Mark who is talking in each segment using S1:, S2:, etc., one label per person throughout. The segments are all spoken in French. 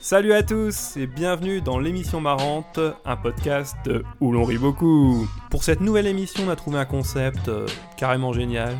S1: Salut à tous et bienvenue dans l'émission marrante, un podcast où l'on rit beaucoup. Pour cette nouvelle émission, on a trouvé un concept euh, carrément génial.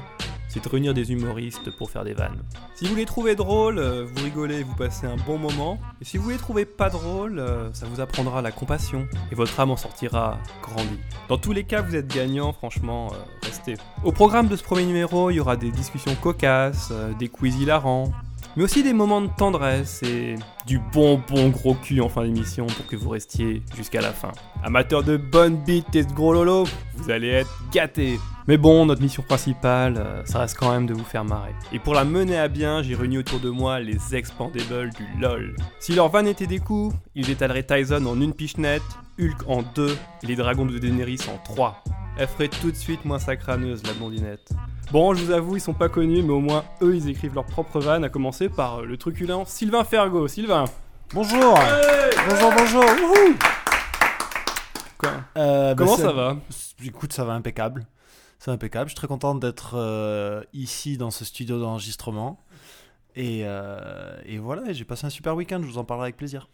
S1: C'est de réunir des humoristes pour faire des vannes. Si vous les trouvez drôles, euh, vous rigolez, et vous passez un bon moment. Et si vous les trouvez pas drôles, euh, ça vous apprendra la compassion et votre âme en sortira grandie. Dans tous les cas, vous êtes gagnants, franchement, euh, restez. Au programme de ce premier numéro, il y aura des discussions cocasses, euh, des quiz hilarants, mais aussi des moments de tendresse et du bon bon gros cul en fin d'émission pour que vous restiez jusqu'à la fin. Amateurs de bonnes bites et de gros lolo, vous allez être gâtés. Mais bon, notre mission principale, euh, ça reste quand même de vous faire marrer. Et pour la mener à bien, j'ai réuni autour de moi les expandables du LOL. Si leur van était des coups, ils étaleraient Tyson en une pichenette, Hulk en deux, et les dragons de Daenerys en trois. Elle ferait tout de suite moins sa crâneuse, la blondinette. Bon, je vous avoue, ils sont pas connus, mais au moins eux, ils écrivent leur propre van, à commencer par euh, le truculent Sylvain Fergo. Sylvain
S2: Bonjour Bonjour, bonjour Wouhou
S1: Quoi
S3: Ah
S2: Euh, bah,
S1: Comment
S2: c'est-
S1: ça va
S2: c'est- Écoute, ça va impeccable. C'est impeccable. Je suis très content d'être euh, ici dans ce studio d'enregistrement. Et, euh, et voilà, et j'ai passé un super week-end, je vous en parlerai avec plaisir.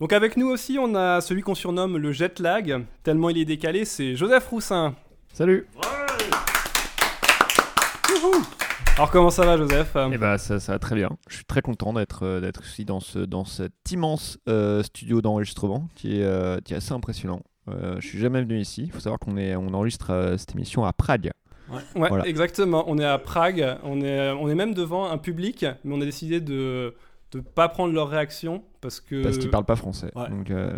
S1: Donc avec nous aussi, on a celui qu'on surnomme le jet lag, tellement il est décalé, c'est Joseph Roussin.
S3: Salut
S1: Alors comment ça va Joseph
S3: Eh bah ça, ça va très bien. Je suis très content d'être euh, d'être ici dans, ce, dans cet immense euh, studio d'enregistrement qui, est, euh, qui est assez impressionnant. Euh, je suis jamais venu ici. Il faut savoir qu'on est on enregistre euh, cette émission à Prague.
S1: Ouais,
S3: Voilà.
S1: exactement. On est à Prague, on est, euh, on est même devant un public, mais on a décidé de ne pas prendre leur réaction parce que
S3: Parce qu'ils parlent pas français.
S2: ouais.
S3: Donc, euh,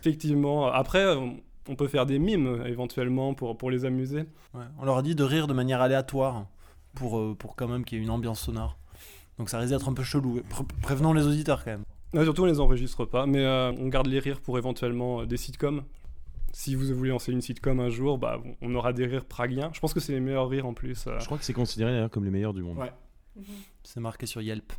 S1: effectivement, après on, on peut faire des mimes éventuellement pour, pour les amuser.
S2: Ouais. On leur a dit de rire de manière aléatoire pour, euh, pour quand même qu'il y ait une ambiance sonore. Donc ça risque d'être un peu chelou. Pré- prévenons les auditeurs quand même.
S1: Non, Ah, surtout on les enregistre pas, mais euh, on garde les rires pour éventuellement euh, des sitcoms. Si vous voulez lancer une sitcom un jour, bah, on aura des rires praguiens. Je pense que c'est les meilleurs rires en plus. euh.
S4: Je crois que c'est considéré d'ailleurs comme les meilleurs du monde.
S2: Ouais. C'est marqué sur Yelp.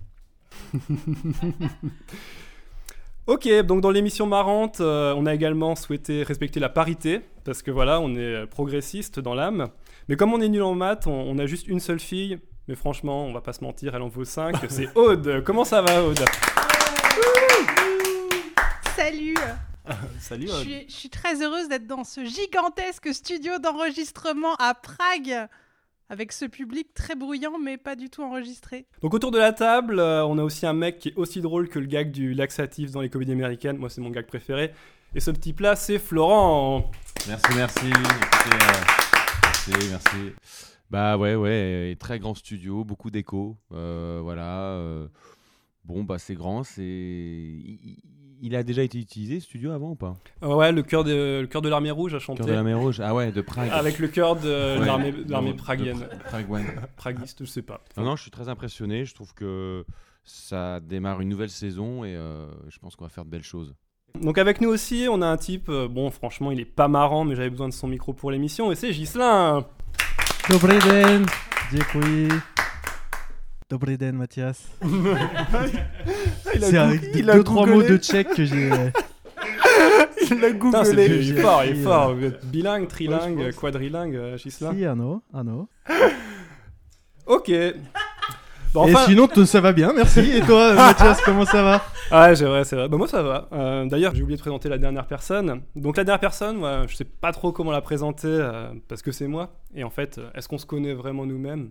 S1: Ok, donc dans l'émission marrante, euh, on a également souhaité respecter la parité, parce que voilà, on est euh, progressiste dans l'âme. Mais comme on est nul en maths, on, on a juste une seule fille, mais franchement, on va pas se mentir, elle en vaut 5, c'est Aude. Comment ça va, Aude
S5: Salut
S2: Salut
S5: je suis, je suis très heureuse d'être dans ce gigantesque studio d'enregistrement à Prague, avec ce public très bruyant mais pas du tout enregistré.
S1: Donc autour de la table, euh, on a aussi un mec qui est aussi drôle que le gag du laxatif dans les comédies américaines, moi c'est mon gag préféré. Et ce petit plat, c'est Florent.
S4: Merci, merci. Écoutez, euh, merci, merci. Bah ouais, ouais, et très grand studio, beaucoup d'écho. euh, voilà. euh, bon, bah c'est grand, c'est. Il, il- il a déjà été utilisé ce studio avant ou pas
S1: Euh, ouais, le cœur de, le cœur de l'armée rouge a chanté.
S4: Cœur de la mer rouge. Ah ouais, de Prague.
S1: Avec le cœur de
S4: Ouais.
S1: l'armée-
S4: Non,
S1: de l'armée
S4: de
S1: praguienne.
S4: Pra- Prague, ouais.
S1: Praguiste, je sais pas.
S4: Non, non, je suis très impressionné. Je trouve que ça démarre une nouvelle saison et euh, je pense qu'on va faire de belles choses.
S1: Donc avec nous aussi, on a un type, euh, bon franchement il est pas marrant mais j'avais besoin de son micro pour l'émission et c'est Gislin
S6: Dobrý den, děkuji. Dobrý den, Mathias.
S1: Ah,
S6: C'est avec deux, trois mots de tchèque que j'ai.
S1: Putain, c'est
S6: Googlez.
S1: du- il est fort, il est
S6: J'ai-
S1: fort, vous êtes bilingue, trilingue,
S6: Ouais, je pense.
S1: quadrilingue euh, Gislin.
S6: si, ah Arnaud, Arnaud.
S1: Ok Bon, enfin,
S6: Et sinon, tout- ça va bien, merci. Et toi, Mathias, comment ça va
S1: ah ouais, c'est vrai, c'est vrai. Bah, moi ça va. Euh, D'ailleurs, j'ai oublié de présenter la dernière personne. Donc la dernière personne, moi, je sais pas trop comment la présenter euh, parce que c'est moi. Et en fait, euh, est-ce qu'on se connaît vraiment nous-mêmes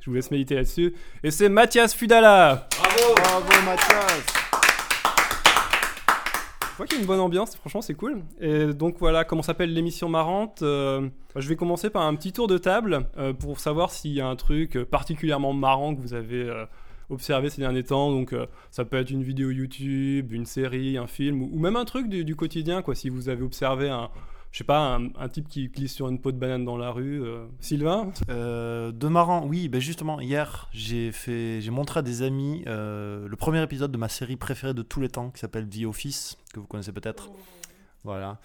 S1: Je vous laisse méditer là-dessus. Et c'est Mathias Fudala.
S7: Bravo Mathias
S1: Je vois qu'il y a une bonne ambiance, franchement c'est cool. Et donc voilà, comment s'appelle l'émission marrante Euh, Je vais commencer par un petit tour de table euh, pour savoir s'il y a un truc euh, particulièrement marrant que vous avez euh, observé ces derniers temps. Donc euh, ça peut être une vidéo YouTube, une série, un film, ou, ou même un truc du, du quotidien, quoi. Si vous avez observé un, je sais pas, un, un type qui glisse sur une peau de banane dans la rue. euh. Sylvain
S2: Euh, de marrant, oui, ben justement, hier, j'ai fait, j'ai montré à des amis euh, le premier épisode de ma série préférée de tous les temps qui s'appelle The Office, que vous connaissez peut-être. Voilà.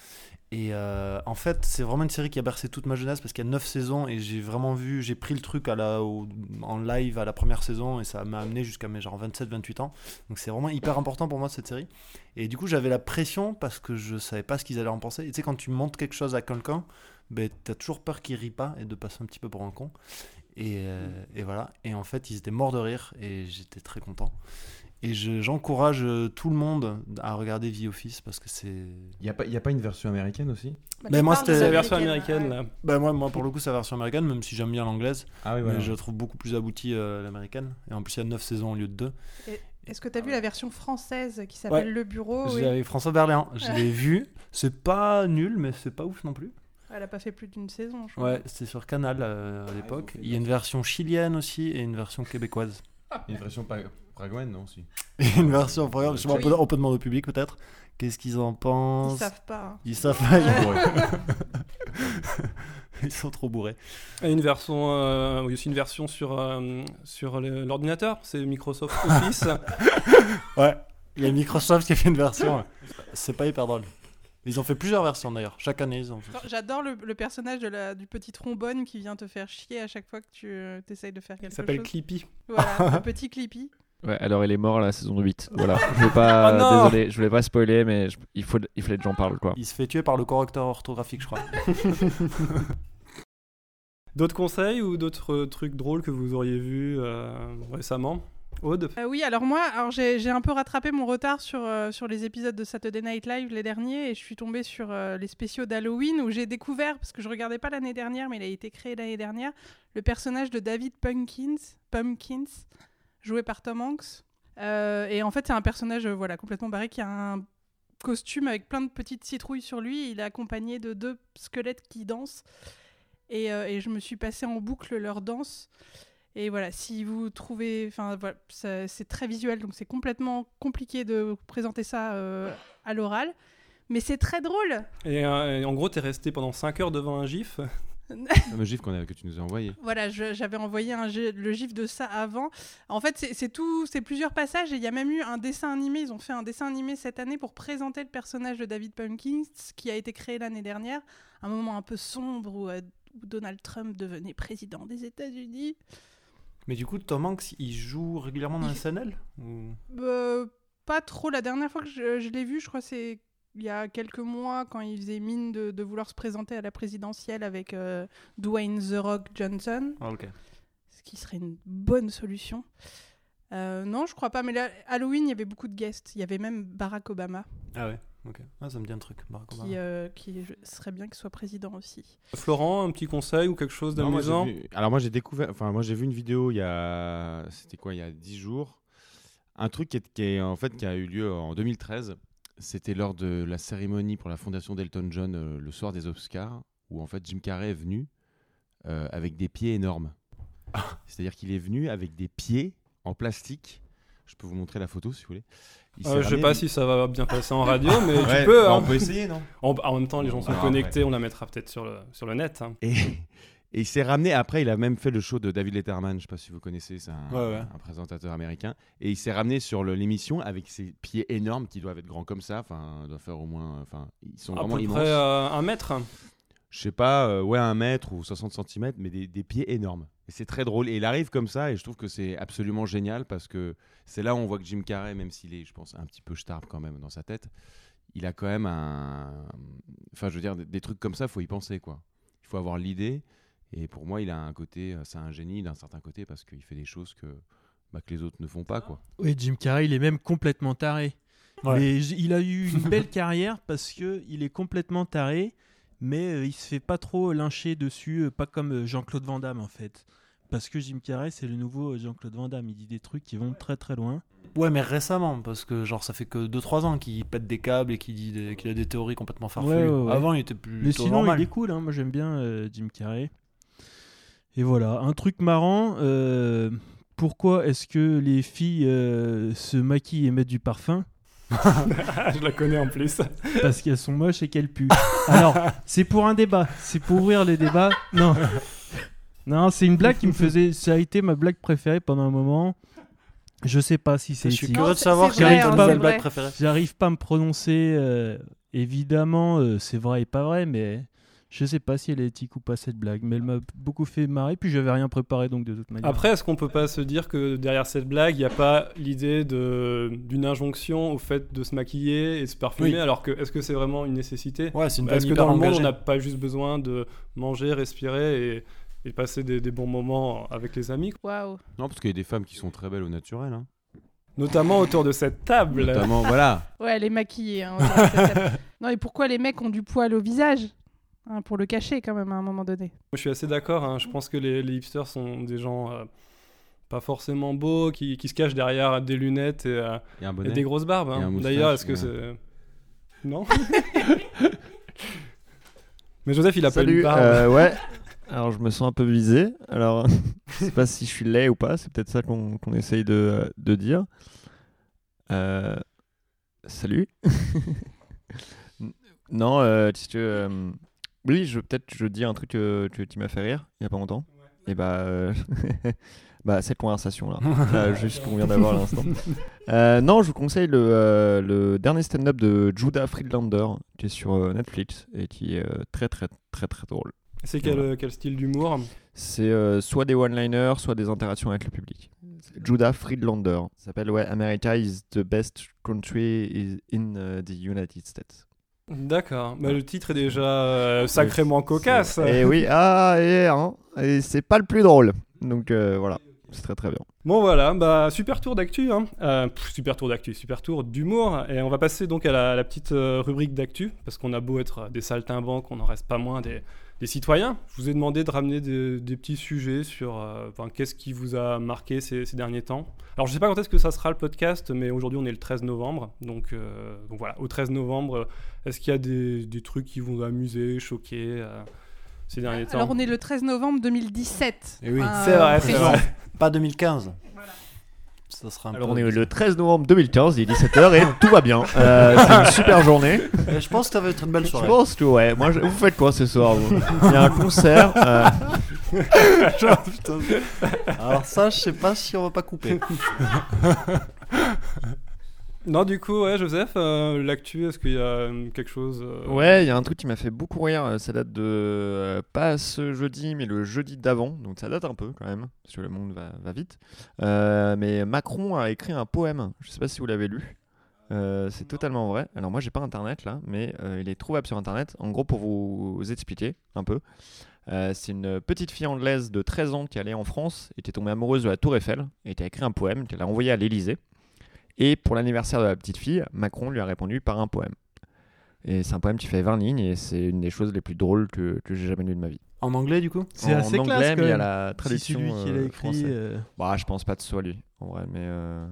S2: Et euh, en fait, c'est vraiment une série qui a bercé toute ma jeunesse parce qu'il y a 9 saisons et j'ai vraiment vu, j'ai pris le truc à la, au- en live à la première saison et ça m'a amené jusqu'à mes genre 27-28 ans. Donc c'est vraiment hyper important pour moi cette série. Et du coup, j'avais la pression parce que je savais pas ce qu'ils allaient en penser. Et tu sais, quand tu montes quelque chose à quelqu'un, ben, t'as toujours peur qu'il rit pas et de passer un petit peu pour un Mm. con. Et, euh, et voilà. Et en fait, ils étaient morts de rire et j'étais très content. Et je- j'encourage euh, tout le monde à regarder The Office parce que c'est.
S4: Il n'y a, pas une version américaine aussi
S1: Bah,
S2: Mais moi, c'était-
S1: C'est la version américaine là.
S2: Bah, moi, moi, pour le coup, c'est la version américaine, même si j'aime bien l'anglaise.
S4: Ah oui,
S2: Mais je la trouve beaucoup plus aboutie euh, l'américaine. Et en plus, il y a 9 saisons au lieu de 2.
S5: Est-ce que tu as vu la version française qui s'appelle
S2: Ouais.
S5: Le Bureau Oh oui.
S2: J'ai avec François Berléand. Je l'ai vu. C'est pas nul, mais c'est pas ouf non plus.
S5: Elle a pas fait plus d'une saison, je crois.
S2: Ouais, c'était sur Canal euh, à l'époque.
S4: ils ont fait
S2: Il y a une version chilienne aussi et une version québécoise.
S4: Une version Pragwen, non aussi.
S2: Et une version, par exemple, je sais pas, on,
S5: Oui.
S2: peut, on peut demander au public peut-être. Qu'est-ce qu'ils en pensent
S5: Ils savent pas. hein.
S2: Ils savent pas, ils-
S4: Ouais.
S2: ils sont trop bourrés.
S1: Et une version, euh, oui, aussi une version sur, euh, sur le- l'ordinateur, c'est Microsoft Office.
S2: Ouais. Il y a Microsoft qui a fait une version. C'est pas hyper drôle. Ils ont fait plusieurs versions d'ailleurs. Chaque année, ils ont fait.
S5: Attends, J'adore le, le personnage de la- du petit trombone qui vient te faire chier à chaque fois que tu euh, t'essayes de faire
S1: Il
S5: quelque
S1: s'appelle
S5: chose.
S1: Clippy.
S5: Voilà, le petit Clippy.
S3: Ouais, alors il est mort la saison 8. Voilà, je veux pas.
S1: Oh non
S3: désolé, je voulais pas spoiler, mais je- il, faut, il fallait que j'en parle quoi.
S2: Il se fait tuer par le correcteur orthographique, je crois.
S1: D'autres conseils ou d'autres euh, trucs drôles que vous auriez vus euh, récemment Aude
S5: Euh, oui, alors moi, alors j'ai j'ai un peu rattrapé mon retard sur, euh, sur les épisodes de Saturday Night Live les derniers et je suis tombée sur euh, les spéciaux d'Halloween où j'ai découvert, parce que je regardais pas l'année dernière, mais il a été créé l'année dernière, le personnage de David Pumpkins, Pumpkins joué par Tom Hanks. Euh, et en fait, c'est un personnage euh, voilà, complètement barré qui a un costume avec plein de petites citrouilles sur lui. Il est accompagné de deux squelettes qui dansent. Et, euh, et je me suis passé en boucle leur danse. Et voilà, si vous trouvez. Enfin, voilà, ça- c'est très visuel, donc c'est complètement compliqué de présenter ça euh, à l'oral. Mais c'est très drôle!
S1: et, euh, et en gros, t'es resté pendant 5 heures devant un gif.
S4: Le gif Ah, qu'on a- que tu nous as envoyé.
S5: Voilà, je- j'avais envoyé un gi- le gif de ça avant. En fait, c'est- c'est tout, c'est plusieurs passages et il y a même eu un dessin animé. Ils ont fait un dessin animé cette année pour présenter le personnage de David Pumpkins qui a été créé l'année dernière. Un moment un peu sombre où, euh, où Donald Trump devenait président des États-Unis.
S2: Mais du coup, Tom Hanks, il joue régulièrement dans
S5: Il-
S2: SNL ou...
S5: Euh, pas trop. La dernière fois que je, je l'ai vu, je crois que c'est il y a quelques mois quand il faisait mine de, de vouloir se présenter à la présidentielle avec euh, Dwayne The Rock Johnson.
S2: Ah, ok.
S5: ce qui serait une bonne solution. Euh, non, je crois pas. Mais là, Halloween, il y avait beaucoup de guests. Il y avait même Barack Obama,
S2: Ah ouais, ok. Ah, ça me dit un truc. Barack Obama.
S5: qui, euh, qui je- serait bien qu'il soit président aussi.
S1: Florent, un petit conseil ou quelque chose
S4: Non, moi,
S1: d'amusant
S4: j'ai vu- Alors moi j'ai découvert, enfin moi j'ai vu une vidéo il y a, c'était quoi, il y a 10 jours, un truc qui, est- qui est- en fait qui a eu lieu en 2013. C'était lors de la cérémonie pour la fondation d'Elton John euh, le soir des Oscars, où en fait Jim Carrey est venu euh, avec des pieds énormes.
S1: Ah.
S4: C'est-à-dire qu'il est venu avec des pieds en plastique. Je peux vous montrer la photo si vous voulez. Il
S1: Euh,
S4: s'est
S1: je sais
S4: ramené-
S1: pas si ça va bien passer en radio, mais
S4: Ouais,
S1: tu peux.
S4: bah,
S1: hein.
S4: On peut essayer non
S1: En, en même temps, les gens
S4: On
S1: sont
S4: verra
S1: connectés, on la mettra peut-être sur le, sur le net. hein.
S4: Et, et il s'est ramené, après il a même fait le show de David Letterman, je ne sais pas si vous connaissez, c'est un,
S2: Ouais, ouais.
S4: un présentateur américain. Et il s'est ramené sur le- l'émission avec ses pieds énormes qui doivent être grands comme ça, enfin, doivent faire au moins, enfin, ils sont
S1: À peu
S4: vraiment immenses.
S1: près euh, un mètre.
S4: Je sais pas, euh, ouais, un mètre ou 60 cm, mais des, des pieds énormes. Et c'est très drôle. Et il arrive comme ça, et je trouve que c'est absolument génial parce que c'est là où on voit que Jim Carrey, même s'il est, je pense, un petit peu starp quand même dans sa tête, il a quand même un. Enfin, je veux dire, des, des trucs comme ça, faut y penser, quoi. Il faut avoir l'idée. Et pour moi, il a un côté, euh, c'est un génie d'un certain côté parce qu'il fait des choses que, bah, que les autres ne font pas, quoi.
S6: Oui, Jim Carrey, il est même complètement taré.
S2: Ouais.
S6: Mais j- il a eu une belle carrière parce que il est complètement taré, mais euh, il se fait pas trop lyncher dessus, euh, pas comme euh, Jean-Claude Van Damme en fait. Parce que Jim Carrey, c'est le nouveau euh, Jean-Claude Van Damme. Il dit des trucs qui vont très très loin.
S2: Ouais, mais récemment, parce que genre ça fait que 2-3 ans qu'il pète des câbles et qu'il dit des- qu'il a des théories complètement farfelues.
S6: Ouais, ouais, ouais.
S2: Avant, il était plus
S6: Mais sinon,
S2: normal.
S6: il est cool. hein. Moi, j'aime bien euh, Jim Carrey. Et voilà, un truc marrant. euh, pourquoi est-ce que les filles euh, se maquillent et mettent du parfum
S1: Ah, je la connais en plus.
S6: Parce qu'elles sont moches et qu'elles puent. Alors, c'est pour un débat. C'est pour ouvrir les débats. Non. Non, c'est une blague qui me faisait. Ça a été ma blague préférée pendant un moment. Je sais pas si
S2: Je
S6: c'est
S2: suis
S6: ici.
S2: curieux
S5: Non,
S2: de
S5: c'est-
S2: savoir
S5: c'est
S2: quelle
S6: vrai,
S2: est ta
S6: hein,
S2: nouvelle
S6: c'est
S2: blague
S5: vrai.
S2: préférée.
S6: J'arrive pas à me prononcer. euh, évidemment, euh, c'est vrai et pas vrai, mais je sais pas si elle est éthique ou pas cette blague. Mais elle m'a beaucoup fait marrer. Puis j'avais rien préparé, donc de toute manière.
S1: Après, est-ce qu'on peut pas se dire que derrière cette blague, il n'y a pas l'idée de- d'une injonction au fait de se maquiller et de se parfumer,
S2: Oui.
S1: alors que est-ce que c'est vraiment une nécessité
S2: Ouais, c'est une hein.
S1: Est-ce
S2: blague
S1: que
S2: hyper
S1: dans le monde,
S2: engagée.
S1: on n'a pas juste besoin de manger, respirer et, et passer des, des bons moments avec les amis quoi
S5: Waouh!
S4: Non, parce qu'il y a des femmes qui sont très belles au naturel. hein.
S1: Notamment autour de cette table.
S4: Notamment, voilà.
S5: Ouais, elle est maquillée. hein, autour de cette table. non, et pourquoi les mecs ont du poil au visage Hein, Pour le cacher quand même à un moment donné.
S1: Moi, je suis assez d'accord. hein. Je pense que les, les hipsters sont des gens euh, pas forcément beaux, qui, qui se cachent derrière des lunettes et, euh,
S4: Il y a un
S1: et
S4: bonnet.
S1: des grosses barbes.
S4: Et un
S1: hein.
S4: moustache,
S1: D'ailleurs, est-ce que
S4: ouais.
S1: c'est. Non Mais Joseph, il a pas
S3: Salut,
S1: une barbe.
S3: euh, ouais. Alors je me sens un peu visé. Alors je sais pas si je suis laid ou pas. C'est peut-être ça qu'on qu'on essaye de, euh, de dire. Euh, salut. N- non, euh, si tu veux, euh, oui, je peut-être je dis un truc que, que tu m'as fait rire il y a pas longtemps. Et bah, euh, bah cette conversation là, là, juste qu'on vient d'avoir à l'instant. Euh, non, je vous conseille le, euh, le dernier stand-up de Judah Friedlander qui est sur euh, Netflix et qui est euh, très très très très drôle.
S1: C'est quel, euh, quel style d'humour
S3: C'est euh, soit des one-liners, soit des interactions avec le public. C'est Judah Friedlander. Ça s'appelle ouais, America is the best country is in euh, the United States.
S1: D'accord. Bah, le titre est déjà euh, sacrément cocasse.
S3: Et oui, ah, et, hein, et c'est pas le plus drôle. Donc euh, voilà, c'est très très bien.
S1: Bon voilà, bah super tour d'actu, hein. Euh, pff, super tour d'actu, super tour d'humour, et on va passer donc à la, la petite euh, rubrique d'actu, parce qu'on a beau être des saltimbanques, on n'en reste pas moins des, des citoyens. Je vous ai demandé de ramener des, des petits sujets sur euh, enfin, qu'est-ce qui vous a marqué ces, ces derniers temps. Alors je sais pas quand est-ce que ça sera le podcast, mais aujourd'hui on est le 13 novembre, donc, euh, donc voilà, au 13 novembre, euh, est-ce qu'il y a des, des trucs qui vous ont amusé, choqué euh, ces derniers temps
S5: Ah, Alors on est le 13 novembre 2017.
S2: Et oui.
S5: Hein,
S1: Eh C'est vrai, c'est
S5: précis.
S1: vrai.
S2: Pas 2015. Ça sera un
S3: Alors
S2: peu-
S3: on est le 13 novembre 2015, il est 17h et tout va bien. Euh, c'est une super journée.
S2: Euh, Je pense que ça va être une belle
S3: Je
S2: soirée.
S3: pense que ouais. Moi, je- Vous faites quoi ce soir vous Il y a un concert. euh,
S2: Putain. Alors ça, je sais pas si on va pas couper.
S1: Non, du coup, ouais, Joseph, euh, l'actu, est-ce qu'il y a euh, quelque chose euh,
S3: Ouais, il y a un truc qui m'a fait beaucoup rire. euh, Ça date de. euh, pas ce jeudi, mais le jeudi d'avant. Donc ça date un peu quand même, parce que le monde va, va vite. Euh, mais Macron a écrit un poème. Je sais pas si vous l'avez lu. Euh, c'est totalement vrai. Alors moi j'ai pas internet là, mais euh, il est trouvable sur internet. En gros pour vous expliquer un peu, euh, c'est une petite fille anglaise de 13 ans qui allait en France et qui est tombée amoureuse de la Tour Eiffel et qui a écrit un poème qu'elle a envoyé à l'Élysée. Et pour l'anniversaire de la petite fille, Macron lui a répondu par un poème. Et c'est un poème qui fait 20 lignes et c'est une des choses les plus drôles que, que j'ai jamais lues de ma vie.
S2: En anglais, du coup
S6: C'est
S3: en
S6: assez
S3: anglais,
S6: classe
S3: mais
S6: quand
S3: il y
S6: même.
S3: a la
S6: Si
S3: traduction.
S6: celui qui l'a
S3: euh,
S6: écrit.
S3: française.
S6: euh,
S3: Bah, je pense pas de ce soit lui, en vrai, mais. euh,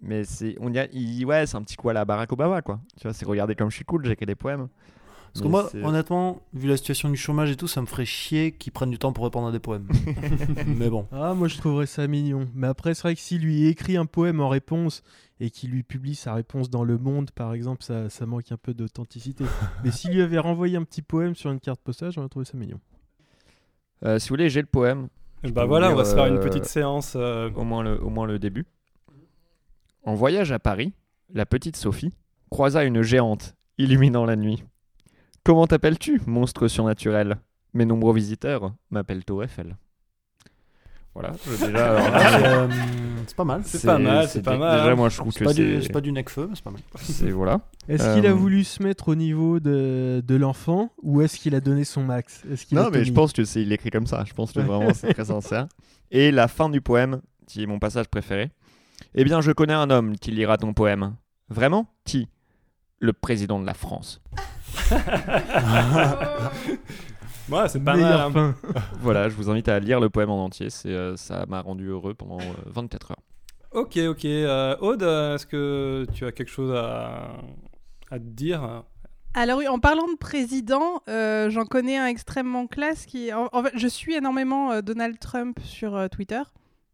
S3: Mais c'est. On y a, il- ouais, c'est un petit coup à la Barack Obama, quoi. Tu vois, c'est regarder comme je suis cool, j'ai que des poèmes.
S2: Parce que
S3: Mais
S2: moi,
S3: c'est-
S2: honnêtement, vu la situation du chômage et tout, ça me ferait chier qu'ils prennent du temps pour répondre à des poèmes. Mais bon.
S6: Ah, moi je trouverais ça mignon. Mais après, c'est vrai que s'il lui écrit un poème en réponse et qu'il lui publie sa réponse dans Le Monde, par exemple, ça, ça manque un peu d'authenticité. Mais s'il lui avait renvoyé un petit poème sur une carte postale, j'aurais trouvé ça mignon.
S3: Euh, si vous voulez, j'ai le poème,
S1: Eh
S3: je
S1: Bah
S3: peux
S1: voilà,
S3: vous
S1: on va
S3: dire,
S1: se faire une
S3: euh,
S1: petite séance. euh,
S3: au moins le, au moins le début. En voyage à Paris, la petite Sophie croisa une géante, illuminant la nuit. Comment t'appelles-tu, monstre surnaturel Mes nombreux visiteurs m'appellent Tour Eiffel. Voilà, je- déjà. alors là,
S2: Ah, euh, c'est pas mal.
S1: C'est pas mal, c'est pas
S3: dé-
S1: mal.
S3: Déjà, moi, je trouve
S2: C'est
S3: que
S2: pas,
S3: c'est.
S2: du- c'est pas du Necfeu, mais c'est pas mal.
S3: c'est- Voilà.
S6: Est-ce
S3: Euh,
S6: qu'il a voulu se mettre au niveau de, de l'enfant ou est-ce qu'il a donné son max Est-ce qu'il a
S3: Non, mais
S6: tenu
S3: je pense que c'est il écrit comme ça. Je pense que
S6: Ouais.
S3: vraiment c'est très sincère. Et la fin du poème, qui est mon passage préféré. Eh bien, je connais un homme qui lira ton poème. Vraiment Qui Le président de la France.
S1: Ouais, c'est pas mal.
S6: Meilleure fin.
S1: hein.
S3: Voilà, je vous invite à lire le poème en entier. C'est euh, ça m'a rendu heureux pendant euh, 24 heures.
S1: Ok, ok. euh, Aude, euh, est-ce que tu as quelque chose à, à te dire
S5: Alors oui, en parlant de président, euh, j'en connais un extrêmement classe qui... En, en fait, je suis énormément euh, Donald Trump sur euh, Twitter.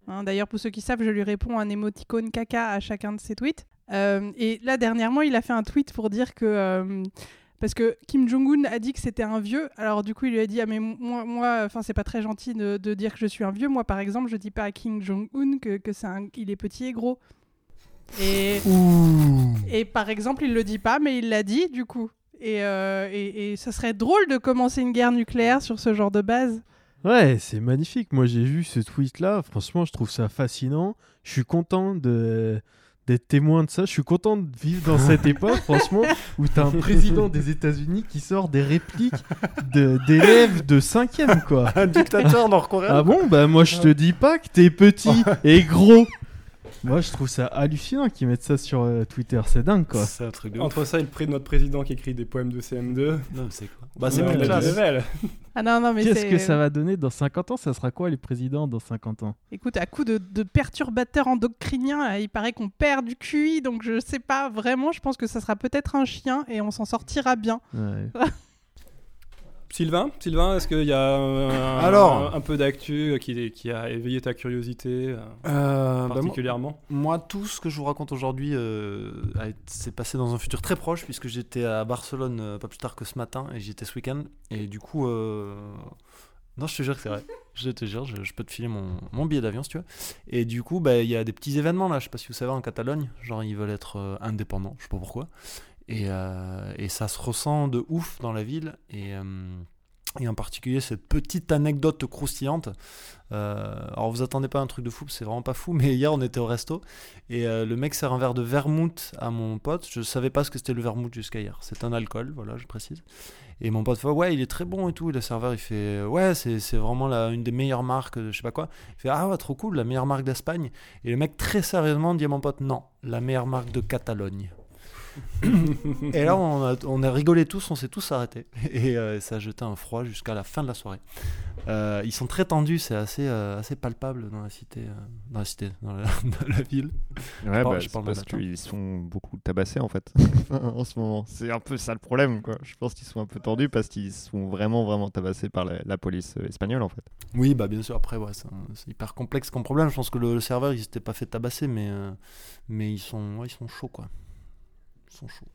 S5: Hein, D'ailleurs, pour ceux qui savent, je lui réponds un émoticône caca à chacun de ses tweets. Euh, et là, dernièrement, il a fait un tweet pour dire que... euh, parce que Kim Jong-un a dit que c'était un vieux, alors du coup il lui a dit ah mais moi, moi enfin c'est pas très gentil de, de dire que je suis un vieux. Moi par exemple je dis pas à Kim Jong-un que, que c'est un- il est petit et gros. Et, et par exemple il le dit pas mais il l'a dit du coup. Et, euh, et, et ça serait drôle de commencer une guerre nucléaire sur ce genre de base.
S6: Ouais, c'est magnifique. Moi, j'ai vu ce tweet-là. Franchement, je trouve ça fascinant. Je suis content de d'être témoin de ça. Je suis content de vivre dans cette époque, franchement, où t'as un président des États-Unis qui sort des répliques de- d'élèves de cinquième, quoi.
S2: Un dictateur
S6: Ah
S2: nord-coréen
S6: bon Bah moi, je te dis pas que t'es petit et gros.
S8: Moi, je trouve ça hallucinant qu'ils mettent ça sur euh, Twitter. C'est dingue, quoi.
S2: C'est un truc de ouf.
S1: Entre ça et le prix de notre président qui écrit des poèmes de CM2,
S2: Non, mais c'est quoi Bah,
S1: on
S2: c'est
S1: a
S2: plus
S1: de la
S2: classe.
S1: level.
S5: Ah non, non, mais
S8: Qu'est-ce
S5: c'est-
S8: que ça va donner dans 50 ans Ça sera quoi les présidents dans 50 ans
S5: Écoute, à coup de, de perturbateurs endocriniens, euh, il paraît qu'on perd du QI, donc je sais pas vraiment. Je pense que ça sera peut-être un chien et on s'en sortira bien.
S8: Ouais.
S1: Sylvain, Sylvain, est-ce qu'il y a euh, un,
S2: Alors.
S1: un, peu d'actu euh, qui, qui a éveillé ta curiosité euh,
S2: Euh, bah, moi-
S1: particulièrement
S2: Moi, tout ce que je vous raconte aujourd'hui euh, a- s'est passé dans un futur très proche, puisque j'étais à Barcelone euh, pas plus tard que ce matin, et j'y étais ce week-end. Et du coup, euh, non, je te jure que c'est vrai. Je te jure, je, je peux te filer mon, mon billet d'avion si tu veux. Et du coup, bah, il y a des petits événements là, je sais pas si vous savez, en Catalogne, genre ils veulent être euh, indépendants, je sais pas pourquoi. Et, euh, et ça se ressent de ouf dans la ville. Et, euh, et en particulier, cette petite anecdote croustillante. Euh, alors, vous attendez pas un truc de fou, parce que c'est vraiment pas fou. Mais hier, on était au resto. Et euh, le mec sert un verre de vermouth à mon pote. Je savais pas ce que c'était le vermouth jusqu'à hier. C'est un alcool, voilà, je précise. Et mon pote fait Ouais, il est très bon et tout. Et le serveur, il fait Ouais, c'est c'est vraiment la, une des meilleures marques, de je sais pas quoi. Il fait Ah ouais, trop cool, la meilleure marque d'Espagne. Et le mec, très sérieusement, dit à mon pote Non, la meilleure marque de Catalogne. et là, on a, on a rigolé tous, on s'est tous arrêtés. Et euh, ça a jeté un froid jusqu'à la fin de la soirée. Euh, ils sont très tendus, c'est assez, euh, assez palpable dans la cité, euh, dans la cité, dans la- dans la ville.
S3: Ouais,
S2: parle-
S3: bah,
S2: je
S3: c'est
S2: parle
S3: parce
S2: d'un latin.
S3: qu'ils sont beaucoup tabassés en fait en ce moment. C'est un peu ça le problème quoi. Je pense qu'ils sont un peu tendus parce qu'ils sont vraiment vraiment tabassés par la, la police euh, espagnole en fait.
S2: Oui, bah bien sûr, après, ouais, c'est un- c'est hyper complexe comme problème. Je pense que le, le serveur, il s'était pas fait tabasser, mais, euh, mais ils, sont, ouais, ils sont chauds, quoi. Ils sont chauds.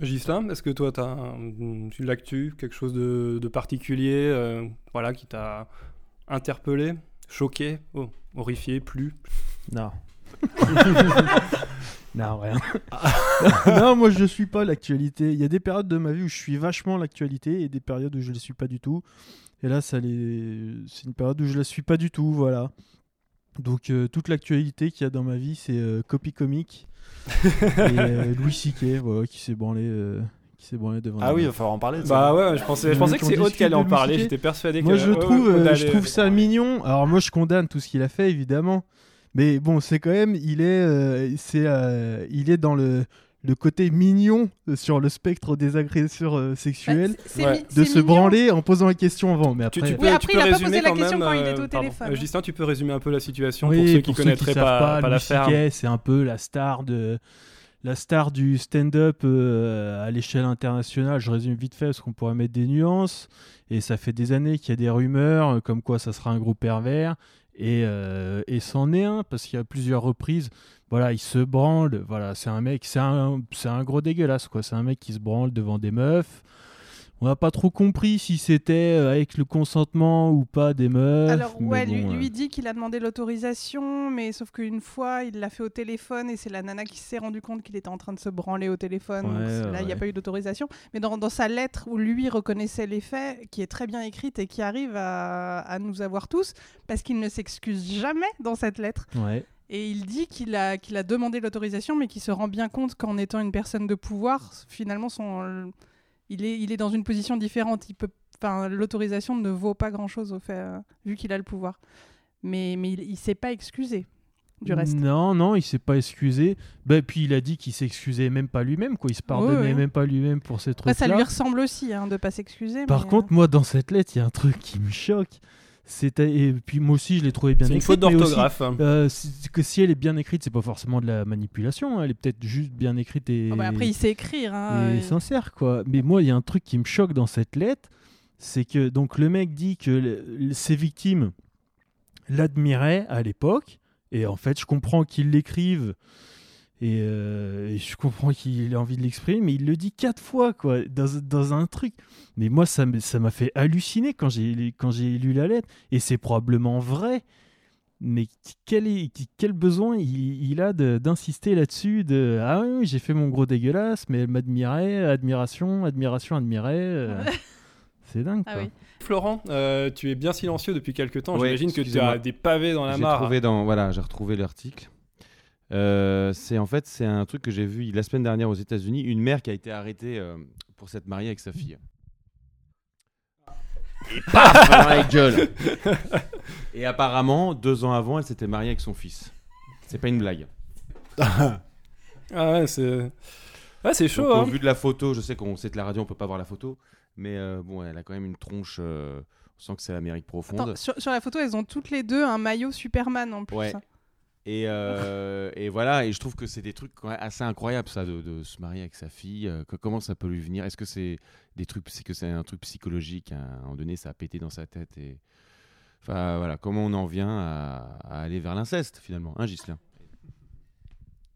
S1: Gislain, est-ce que toi, tu as l'actu, quelque chose de, de particulier euh, voilà, qui t'a interpellé, choqué, oh, horrifié, plu
S8: Non. non, rien. non, moi je suis pas l'actualité. Il y a des périodes de ma vie où je suis vachement l'actualité et des périodes où je ne le suis pas du tout. Et là, ça les... c'est une période où je la suis pas du tout, voilà. Donc euh, toute l'actualité qu'il y a dans ma vie, c'est euh, Copy Comic et euh, Louis Siquet, voilà, qui s'est branlé, euh, qui s'est branlé devant.
S2: Ah
S8: nous.
S2: oui, il va falloir en parler. de ça.
S1: Bah ouais, je pensais, je
S8: Mais
S1: pensais que
S8: qu'on
S1: c'est Haute
S8: discute
S1: qui allait
S8: de
S1: en
S8: Louis
S1: parler,
S8: C.K.
S1: j'étais persuadé que...
S8: Moi, je
S1: ouais,
S8: trouve,
S1: ouais,
S8: euh,
S1: on
S8: je
S1: allait-
S8: trouve ça mignon. Alors, moi, je condamne tout ce qu'il a fait, évidemment. Mais bon, c'est quand même, il est, euh, c'est, euh, il est dans le, le côté mignon euh, sur le spectre des agresseurs euh, sexuels
S5: Bah, c'est- c'est
S1: Ouais.
S5: mi-
S8: de
S5: c'est
S8: se
S5: mignon.
S8: branler en posant la question avant. Mais
S1: Tu,
S8: après,
S1: tu peux,
S5: Oui, après,
S1: tu
S5: il
S1: peux
S5: a pas
S1: résumer
S5: posé la
S1: quand
S5: question
S1: même,
S5: quand il était au
S1: euh, pardon.
S5: téléphone.
S1: Euh, Gislain, tu peux résumer un peu la situation
S8: Oui,
S1: pour ceux qui connaîtraient
S8: savent
S1: pas, pas,
S8: Louis
S1: l'affaire.
S8: Siquet, c'est un peu la star de. La star du stand-up euh, à l'échelle internationale, je résume vite fait parce qu'on pourrait mettre des nuances, et ça fait des années qu'il y a des rumeurs euh, comme quoi ça sera un groupe pervers, et, euh, et c'en est un, parce qu'il y a plusieurs reprises, voilà, il se branle, voilà, c'est un mec, c'est un, c'est un gros dégueulasse, quoi, c'est un mec qui se branle devant des meufs. On n'a pas trop compris si c'était euh, avec le consentement ou pas des meufs.
S5: Alors,
S8: mais
S5: ouais, lui,
S8: bon, euh.
S5: lui dit qu'il a demandé l'autorisation, mais sauf qu'une fois, il l'a fait au téléphone et c'est la nana qui s'est rendu compte qu'il était en train de se branler au téléphone. donc
S8: Ouais,
S5: c'est- là, il n'y a
S8: ouais.
S5: pas eu d'autorisation. Mais dans, dans sa lettre où lui reconnaissait les faits, qui est très bien écrite et qui arrive à, à nous avoir tous, parce qu'il ne s'excuse jamais dans cette lettre.
S8: Ouais.
S5: Et il dit qu'il a, qu'il a demandé l'autorisation, mais qu'il se rend bien compte qu'en étant une personne de pouvoir, finalement, son, il, est, il est dans une position différente. Il peut, enfin, l'autorisation ne vaut pas grand-chose, au fait, euh, vu qu'il a le pouvoir. Mais, mais il ne s'est pas excusé, du
S8: Hmm.
S5: reste.
S8: Non, non, il s'est pas excusé. Bah, puis il a dit qu'il s'excusait même pas lui-même, quoi. Il se pardonnait
S5: Ouais, ouais.
S8: même pas lui-même pour ces
S5: Après,
S8: trucs-là.
S5: ça lui ressemble aussi hein, de ne pas s'excuser.
S8: Par
S5: mais,
S8: contre, moi, dans cette lettre, il y a un truc qui me choque. C'était et puis moi aussi, je l'ai trouvé bien
S1: C'est une
S8: écrite.
S1: faute
S8: mais aussi,
S1: d'orthographe. hein.
S8: euh, c'est que si elle est bien écrite, c'est pas forcément de la manipulation. hein. Elle est peut-être juste bien écrite et,
S5: euh, ah bah après, il sait écrire. hein,
S8: et
S5: euh,
S8: sincère, quoi. Mais moi, il y a un truc qui me choque dans cette lettre, c'est que donc le mec dit que le- le- ses victimes l'admiraient à l'époque, et en fait, je comprends qu'ils l'écrivent. Et, euh, et je comprends qu'il ait envie de l'exprimer, mais il le dit quatre fois, quoi, dans, dans un truc. Mais moi, ça me- ça m'a fait halluciner quand j'ai quand j'ai lu la lettre, et c'est probablement vrai. Mais quel, est, quel besoin il, il a de- d'insister là-dessus de ah oui, oui, j'ai fait mon gros dégueulasse mais elle m'admirait admiration admiration admirait euh, c'est dingue
S5: Ah
S8: quoi.
S5: oui.
S1: Florent, euh, tu es bien silencieux depuis quelques temps.
S4: Ouais,
S1: J'imagine que tu
S4: excusez-moi.
S1: as des pavés dans la
S4: J'ai
S1: mare.
S4: trouvé dans voilà, j'ai retrouvé l'article. Euh, c'est en fait c'est un truc que j'ai vu la semaine dernière aux États-Unis, une mère qui a été arrêtée euh, pour s'être mariée avec sa fille. Et paf dans la gueule. Et apparemment deux ans avant, elle s'était mariée avec son fils. C'est pas une blague.
S1: Ah ouais, c'est. Ouais, c'est chaud,
S4: Donc, euh,
S1: hein.
S4: Au vu de la photo, je sais qu'on sait que la radio, on peut pas voir la photo, mais euh, bon, elle a quand même une tronche. euh, on sent que c'est l'Amérique profonde.
S5: Attends, sur, sur la photo, elles ont toutes les deux un maillot Superman en plus.
S4: Ouais.
S5: hein.
S4: Et, euh, et voilà, et je trouve que c'est des trucs quand même assez incroyables, ça, de, de se marier avec sa fille. Euh, que- comment ça peut lui venir Est-ce que c'est des trucs, c'est que c'est un truc psychologique À un moment donné, ça a pété dans sa tête et. Enfin, voilà, comment on en vient à, à aller vers l'inceste finalement, hein, Ghislain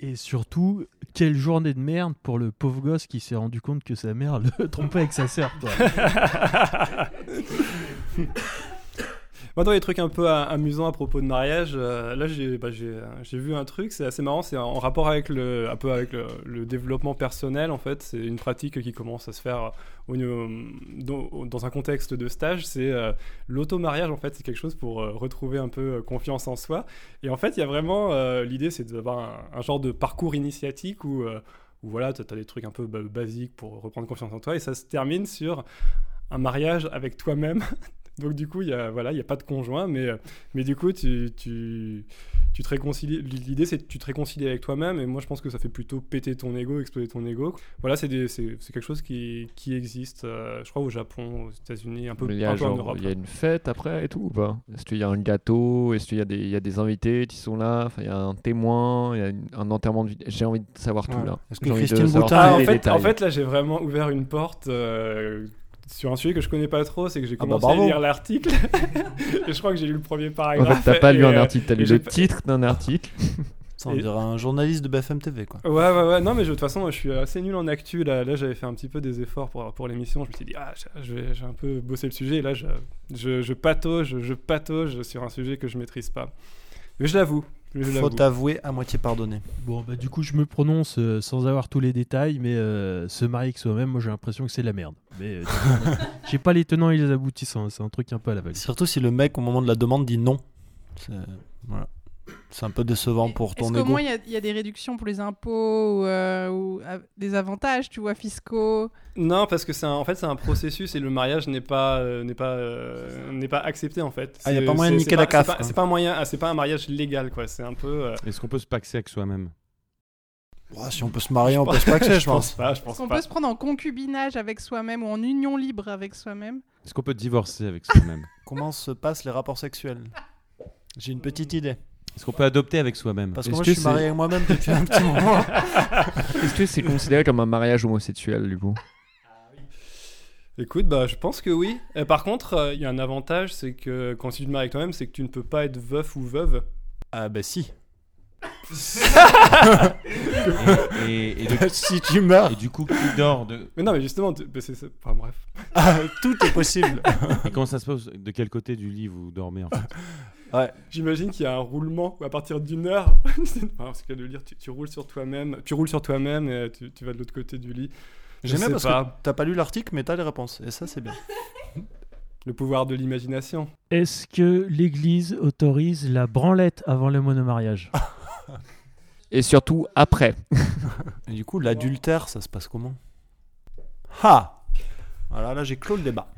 S8: Et surtout, quelle journée de merde pour le pauvre gosse qui s'est rendu compte que sa mère le trompait avec sa sœur. quoi.
S1: Moi, dans les trucs un peu a- amusants à propos de mariage, euh, là, j'ai bah, j'ai, euh, j'ai vu un truc, c'est assez marrant, c'est en rapport avec le, un peu avec le, le développement personnel, en fait. C'est une pratique qui commence à se faire euh, au niveau- mm, dans, dans un contexte de stage. C'est euh, l'auto-mariage, en fait, c'est quelque chose pour euh, retrouver un peu euh, confiance en soi. Et en fait, il y a vraiment euh, l'idée, c'est d'avoir un, un genre de parcours initiatique où. euh, où voilà, tu as des trucs un peu ba- basiques pour reprendre confiance en toi, et ça se termine sur un mariage avec toi-même. Donc du coup, il y a voilà, il y a pas de conjoint, mais euh, mais du coup, tu tu tu te réconcilies. L'idée, c'est que tu te réconcilies avec toi-même. Et moi, je pense que ça fait plutôt péter ton ego, exploser ton ego. Voilà, c'est des- c'est c'est quelque chose qui qui existe. euh, je crois au Japon, aux États-Unis, un peu,
S3: Mais Il y, a
S1: un peu en
S3: genre-
S1: Europe. hein.
S3: il y a une fête après et tout ou pas Est-ce qu'il y a un gâteau Est-ce qu'il y, a des- il y a des invités qui sont là Enfin, Il y a un témoin Il y a une- un enterrement de vie J'ai envie de savoir tout
S2: Ouais.
S3: là.
S2: Est-ce que
S3: J'ai envie de
S2: Christine
S3: savoir
S2: Boutin-
S3: tous
S1: Ah, en
S3: les
S1: fait,
S3: détails.
S1: en fait, là, j'ai vraiment ouvert une porte euh, sur un sujet que je connais pas trop. C'est que j'ai
S2: Ah bah,
S1: commencé
S2: bravo.
S1: à lire l'article. et je crois que j'ai lu le premier
S3: En
S1: paragraphe.
S3: fait, t'as pas lu
S1: et,
S3: un
S1: euh,
S3: article, t'as
S1: et
S3: lu
S1: j'ai
S3: le
S1: pas-
S3: titre d'un article.
S2: Ça, on
S1: Et-
S2: dirait un journaliste de BFM TV, quoi.
S1: Ouais, ouais, ouais. Non, mais je- de toute façon, moi, je suis assez nul en actu. Là, là j'avais fait un petit peu des efforts pour, pour l'émission. Je me suis dit, ah, je- je vais- j'ai un peu bossé le sujet. Et là, je, je, je patauge, je patauge sur un sujet que je maîtrise pas. Mais je l'avoue. je l'avoue.
S2: Faut avouer à moitié pardonné.
S8: Bon, bah, du coup, je me prononce euh, sans avoir tous les détails, mais euh, se marier avec soi-même, moi j'ai l'impression que c'est de la merde. Mais euh, du coup, j'ai pas les tenants et les aboutissants, hein, c'est un truc un peu à la valise.
S2: Surtout si le mec, au moment de la demande, dit non. C'est voilà. C'est un peu décevant pour
S5: Est-ce
S2: ton
S5: qu'au
S2: ego.
S5: moins il y a- il y, a des réductions pour les impôts ou, euh, ou, euh, des avantages, tu vois, fiscaux
S1: Non, parce que c'est un- en fait, c'est un processus et le mariage n'est pas, euh, n'est pas, euh, n'est pas accepté en fait.
S2: Ah, y a
S1: C'est-
S2: pas moyen
S1: c'est-
S2: de niquer
S1: c'est
S2: la
S1: pas-
S2: CAF,
S1: c'est pas-
S2: quoi.
S1: C'est pas, un moyen, ah, c'est pas un mariage légal quoi. C'est un peu. euh,
S4: Est-ce qu'on peut se paxer avec soi-même
S2: Oh, si on peut se marier, on peut se paxer, je pense.
S1: pas, je pense
S5: Est-ce qu'on
S1: pas.
S5: peut se prendre en concubinage avec soi-même ou en union libre avec soi-même
S4: Est-ce qu'on peut divorcer avec soi-même
S2: Comment se passent les rapports sexuels J'ai une petite idée.
S4: Est-ce qu'on peut adopter avec soi-même
S2: Parce que
S3: Est-ce
S2: moi,
S3: que
S2: je suis marié
S3: c'est-
S2: avec moi-même depuis un petit moment.
S3: Est-ce que c'est considéré comme un mariage homosexuel du coup
S1: Écoute, bah, je pense que oui. Euh, par contre, euh, il y a un avantage, c'est que quand tu te maries avec toi-même, c'est que tu ne peux pas être veuf ou veuve.
S2: Ah bah si.
S4: et, et de-
S2: Bah, si tu meurs,
S4: et du coup, qui dort de...
S1: Mais non, mais justement, tu- bah, c'est- c'est- enfin, bref.
S2: ah, tout est possible.
S4: Et comment ça se passe De quel côté du lit vous dormez en fait
S1: J'imagine qu'il y a un roulement où à partir d'une heure, c'est enfin, c'est le cas de le dire, tu, tu roules sur toi-même, tu roules sur toi-même et euh, tu, tu vas de l'autre côté du lit. Je
S2: J'aimais
S1: sais
S2: parce
S1: pas.
S2: que t'as pas lu l'article, mais t'as les réponses. Et ça, c'est bien.
S1: Le pouvoir de l'imagination.
S8: Est-ce que l'église autorise la branlette avant le monomariage
S3: Et surtout après.
S2: Et du coup, l'adultère, ça se passe comment Ha Voilà, là, j'ai clos le débat.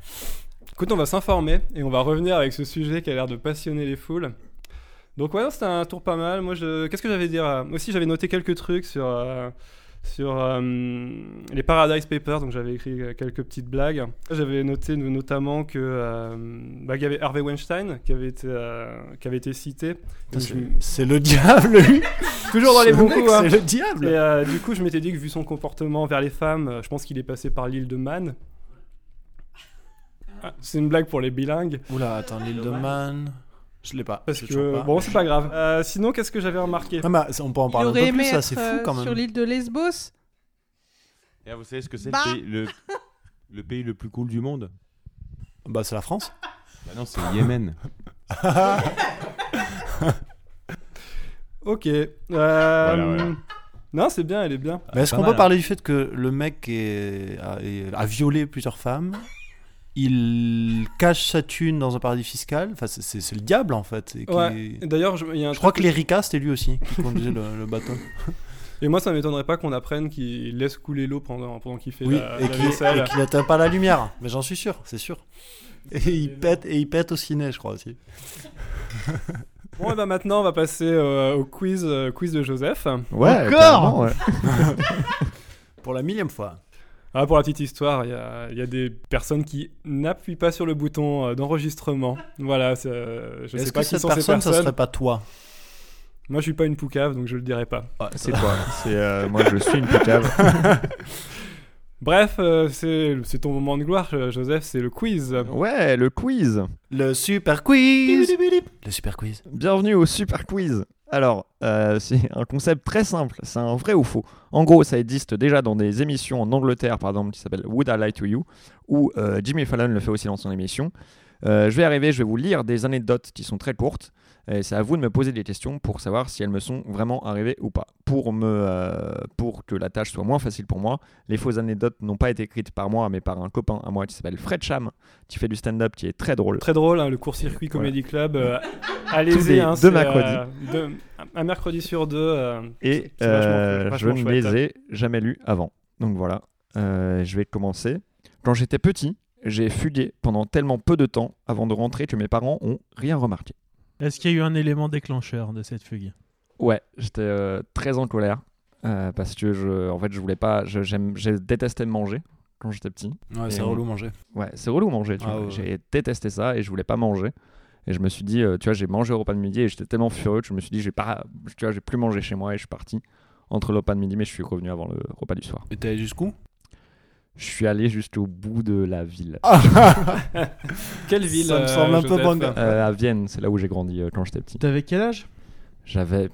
S1: Écoute, on va s'informer et on va revenir avec ce sujet qui a l'air de passionner les foules. Donc ouais, non, c'était un tour pas mal. Moi, je... qu'est-ce que j'avais à dire euh, Aussi, j'avais noté quelques trucs sur euh, sur euh, les Paradise Papers. Donc j'avais écrit euh, quelques petites blagues. J'avais noté no- notamment que euh, bah, qu'il y avait Harvey Weinstein qui avait été euh, qui avait été cité.
S2: Putain,
S1: Donc, je
S2: C'est
S1: m-
S2: c'est le diable, lui
S1: Toujours dans les
S2: Ce
S1: bons
S2: mec,
S1: coups. hein.
S2: C'est le
S1: Et
S2: diable
S1: euh, du coup, je m'étais dit que vu son comportement vers les femmes, euh, je pense qu'il est passé par l'île de Man. Ah, c'est une blague pour les bilingues.
S2: Oula, attends, l'île de Man... Je l'ai pas.
S1: Parce
S2: je l'ai
S1: que
S2: toujours pas.
S1: bon, c'est pas grave. Euh, sinon, qu'est-ce que j'avais remarqué
S2: Ah, mais on peut en
S5: Il
S2: parler un
S5: aurait
S2: peu
S5: aimé
S2: plus, ça, c'est
S5: être,
S2: fou
S5: euh,
S2: quand
S5: sur
S2: même.
S5: l'île de Lesbos.
S4: Et là, Eh, Vous savez ce que c'est
S5: Bah.
S4: le, pays, le, le pays le plus cool du monde
S2: Bah, c'est la France.
S4: Bah non, c'est le Yémen.
S1: Ok. Euh,
S4: voilà.
S1: Non, c'est bien, elle est bien.
S2: Mais est-ce
S4: pas
S2: qu'on
S4: mal,
S2: peut parler du fait que le mec est- a, est- a violé plusieurs femmes Il cache sa thune dans un paradis fiscal Enfin, c'est- c'est c'est le diable, en fait. et qui-
S1: Ouais. Et D'ailleurs, je- il y a un
S2: Je crois
S1: truc.
S2: que l'Erika, c'était lui aussi qui conduisait le, le bateau.
S1: Et moi, ça m'étonnerait pas qu'on apprenne qu'il laisse couler l'eau pendant, pendant qu'il fait
S2: Oui,
S1: la,
S2: et
S1: la
S2: qui
S1: vaisselle.
S2: et qui n'atteint pas la lumière. Mais j'en suis sûr, c'est sûr. Et il pète, et il pète au ciné, je crois aussi.
S1: Bon, et ben maintenant, on va passer euh, au quiz, euh, quiz de Joseph.
S3: Ouais,
S2: Encore
S3: carrément, ouais.
S2: Pour la millième fois.
S1: Ah, pour la petite histoire, il y a, il y a des personnes qui n'appuient pas sur le bouton euh, d'enregistrement. Voilà, c'est, euh, je sais
S2: Est-ce
S1: pas
S2: que
S1: qui
S2: cette
S1: sont
S2: personne,
S1: ces
S2: ça
S1: personnes.
S2: serait pas toi
S1: Moi, je suis pas une poucave, donc je le dirai pas.
S3: C'est toi. C'est, euh, moi, je suis une pécave.
S1: Bref, euh, c'est c'est ton moment de gloire, euh, Joseph, c'est le quiz.
S3: Ouais, le quiz.
S2: Le super quiz Le super quiz.
S3: Bienvenue au super quiz. Alors, euh, c'est un concept très simple. C'est un vrai ou faux. En gros, ça existe déjà dans des émissions en Angleterre, par exemple, qui s'appelle Would I Lie to You, où euh, Jimmy Fallon le fait aussi dans son émission. Euh, je vais arriver, je vais vous lire des anecdotes qui sont très courtes. Et c'est à vous de me poser des questions pour savoir si elles me sont vraiment arrivées ou pas. Pour, me, euh, pour que la tâche soit moins facile pour moi, les fausses anecdotes n'ont pas été écrites par moi, mais par un copain à moi qui s'appelle Fred Cham, qui fait du stand-up, qui est très drôle.
S1: Très drôle, hein, le court-circuit
S3: Voilà.
S1: Comedy Club. euh,
S3: Tous
S1: Allez-y,
S3: les
S1: hein,
S3: deux
S1: c'est, euh,
S3: mercredis.
S1: deux- un mercredi sur deux. euh,
S3: Et
S1: C'est vachement-
S3: euh, je
S1: vachement
S3: ne
S1: chouette.
S3: les ai jamais lus avant. Donc voilà, Euh, je vais commencer. Quand j'étais petit, j'ai fugué pendant tellement peu de temps avant de rentrer que mes parents ont rien remarqué.
S8: Est-ce qu'il y a eu un élément déclencheur de cette fugue
S3: Ouais, j'étais euh, très en colère euh, parce que je, en fait, je voulais pas, je, j'aime- je détestais manger quand j'étais petit.
S2: Ouais, c'est
S3: Et-
S2: relou manger.
S3: Ouais, c'est relou manger. tu
S2: Ah
S3: vois.
S2: ouais.
S3: J'ai détesté ça et je voulais pas manger. Et je me suis dit, euh, tu vois, j'ai mangé au repas de midi et j'étais tellement furieux que je me suis dit, j'ai pas, tu vois, j'ai plus mangé chez moi et je suis parti entre le repas de midi, mais je suis revenu avant le repas du soir.
S2: Et t'es allé jusqu'où
S3: Je suis allé jusqu'au bout de la ville.
S1: hein. Quelle ville
S2: Ça me
S1: euh,
S2: semble un peu
S1: Joseph
S2: banga.
S3: Euh, à Vienne, c'est là où j'ai grandi euh, quand j'étais petit.
S8: T'avais quel âge
S3: J'avais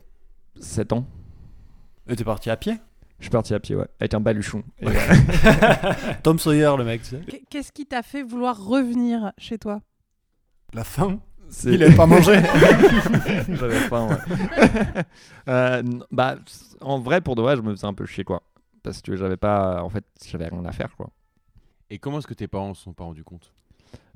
S3: 7 ans.
S2: Et t'es parti à pied
S3: Je suis parti à pied, ouais, avec un baluchon. Et, euh,
S2: Tom Sawyer, le mec, tu sais.
S5: Qu- Qu'est-ce qui t'a fait vouloir revenir chez toi
S2: La femme
S3: c'est-
S2: Il avait pas mangé
S3: J'avais faim, ouais. Euh, n- bah, c- en vrai, pour de vrai, je me faisais un peu chier, quoi. Parce que j'avais pas. En fait, j'avais rien à faire, quoi.
S4: Et comment est-ce que tes parents se sont pas rendus compte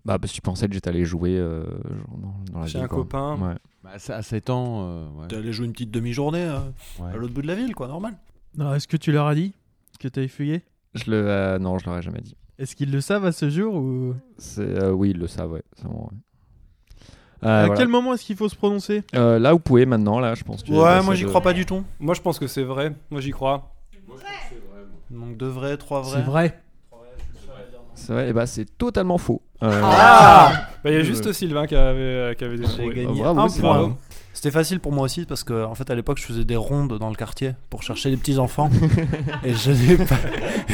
S3: Bah, parce que je pensais que j'étais allé jouer euh, genre dans, dans la
S1: Chez
S3: ville,
S1: un
S3: quoi.
S1: copain.
S3: Ouais.
S4: bah, ça, À 7 ans, euh, ouais.
S2: T'es allé jouer une petite demi-journée euh,
S4: Ouais.
S2: à l'autre bout de la ville, quoi, normal.
S8: Non, est-ce que tu leur as dit que t'avais fugué
S3: Je le, euh, non, je l'aurais jamais dit.
S8: Est-ce qu'ils le savent à ce jour ou
S3: C'est, euh, oui, ils le savent, ouais. c'est bon, ouais. Euh,
S8: À
S3: voilà.
S8: quel moment est-ce qu'il faut se prononcer
S3: Euh, là, vous pouvez maintenant, là, je pense. que-
S2: Ouais, moi j'y
S3: de-
S2: crois pas du tout.
S1: Moi, je pense que c'est vrai. Moi, j'y crois.
S2: Donc deux vrais, trois vrais.
S8: C'est vrai.
S3: C'est vrai, et bah c'est totalement faux. Euh,
S2: Ah
S1: Bah, Il y a juste Sylvain qui avait, qui avait des
S2: J'ai
S3: euh,
S2: gagné Ah,
S3: bravo,
S2: un
S3: c'est
S2: point.
S3: bravo.
S2: C'était facile pour moi aussi parce que en fait à l'époque je faisais des rondes dans le quartier pour chercher les petits enfants et je n'ai pas,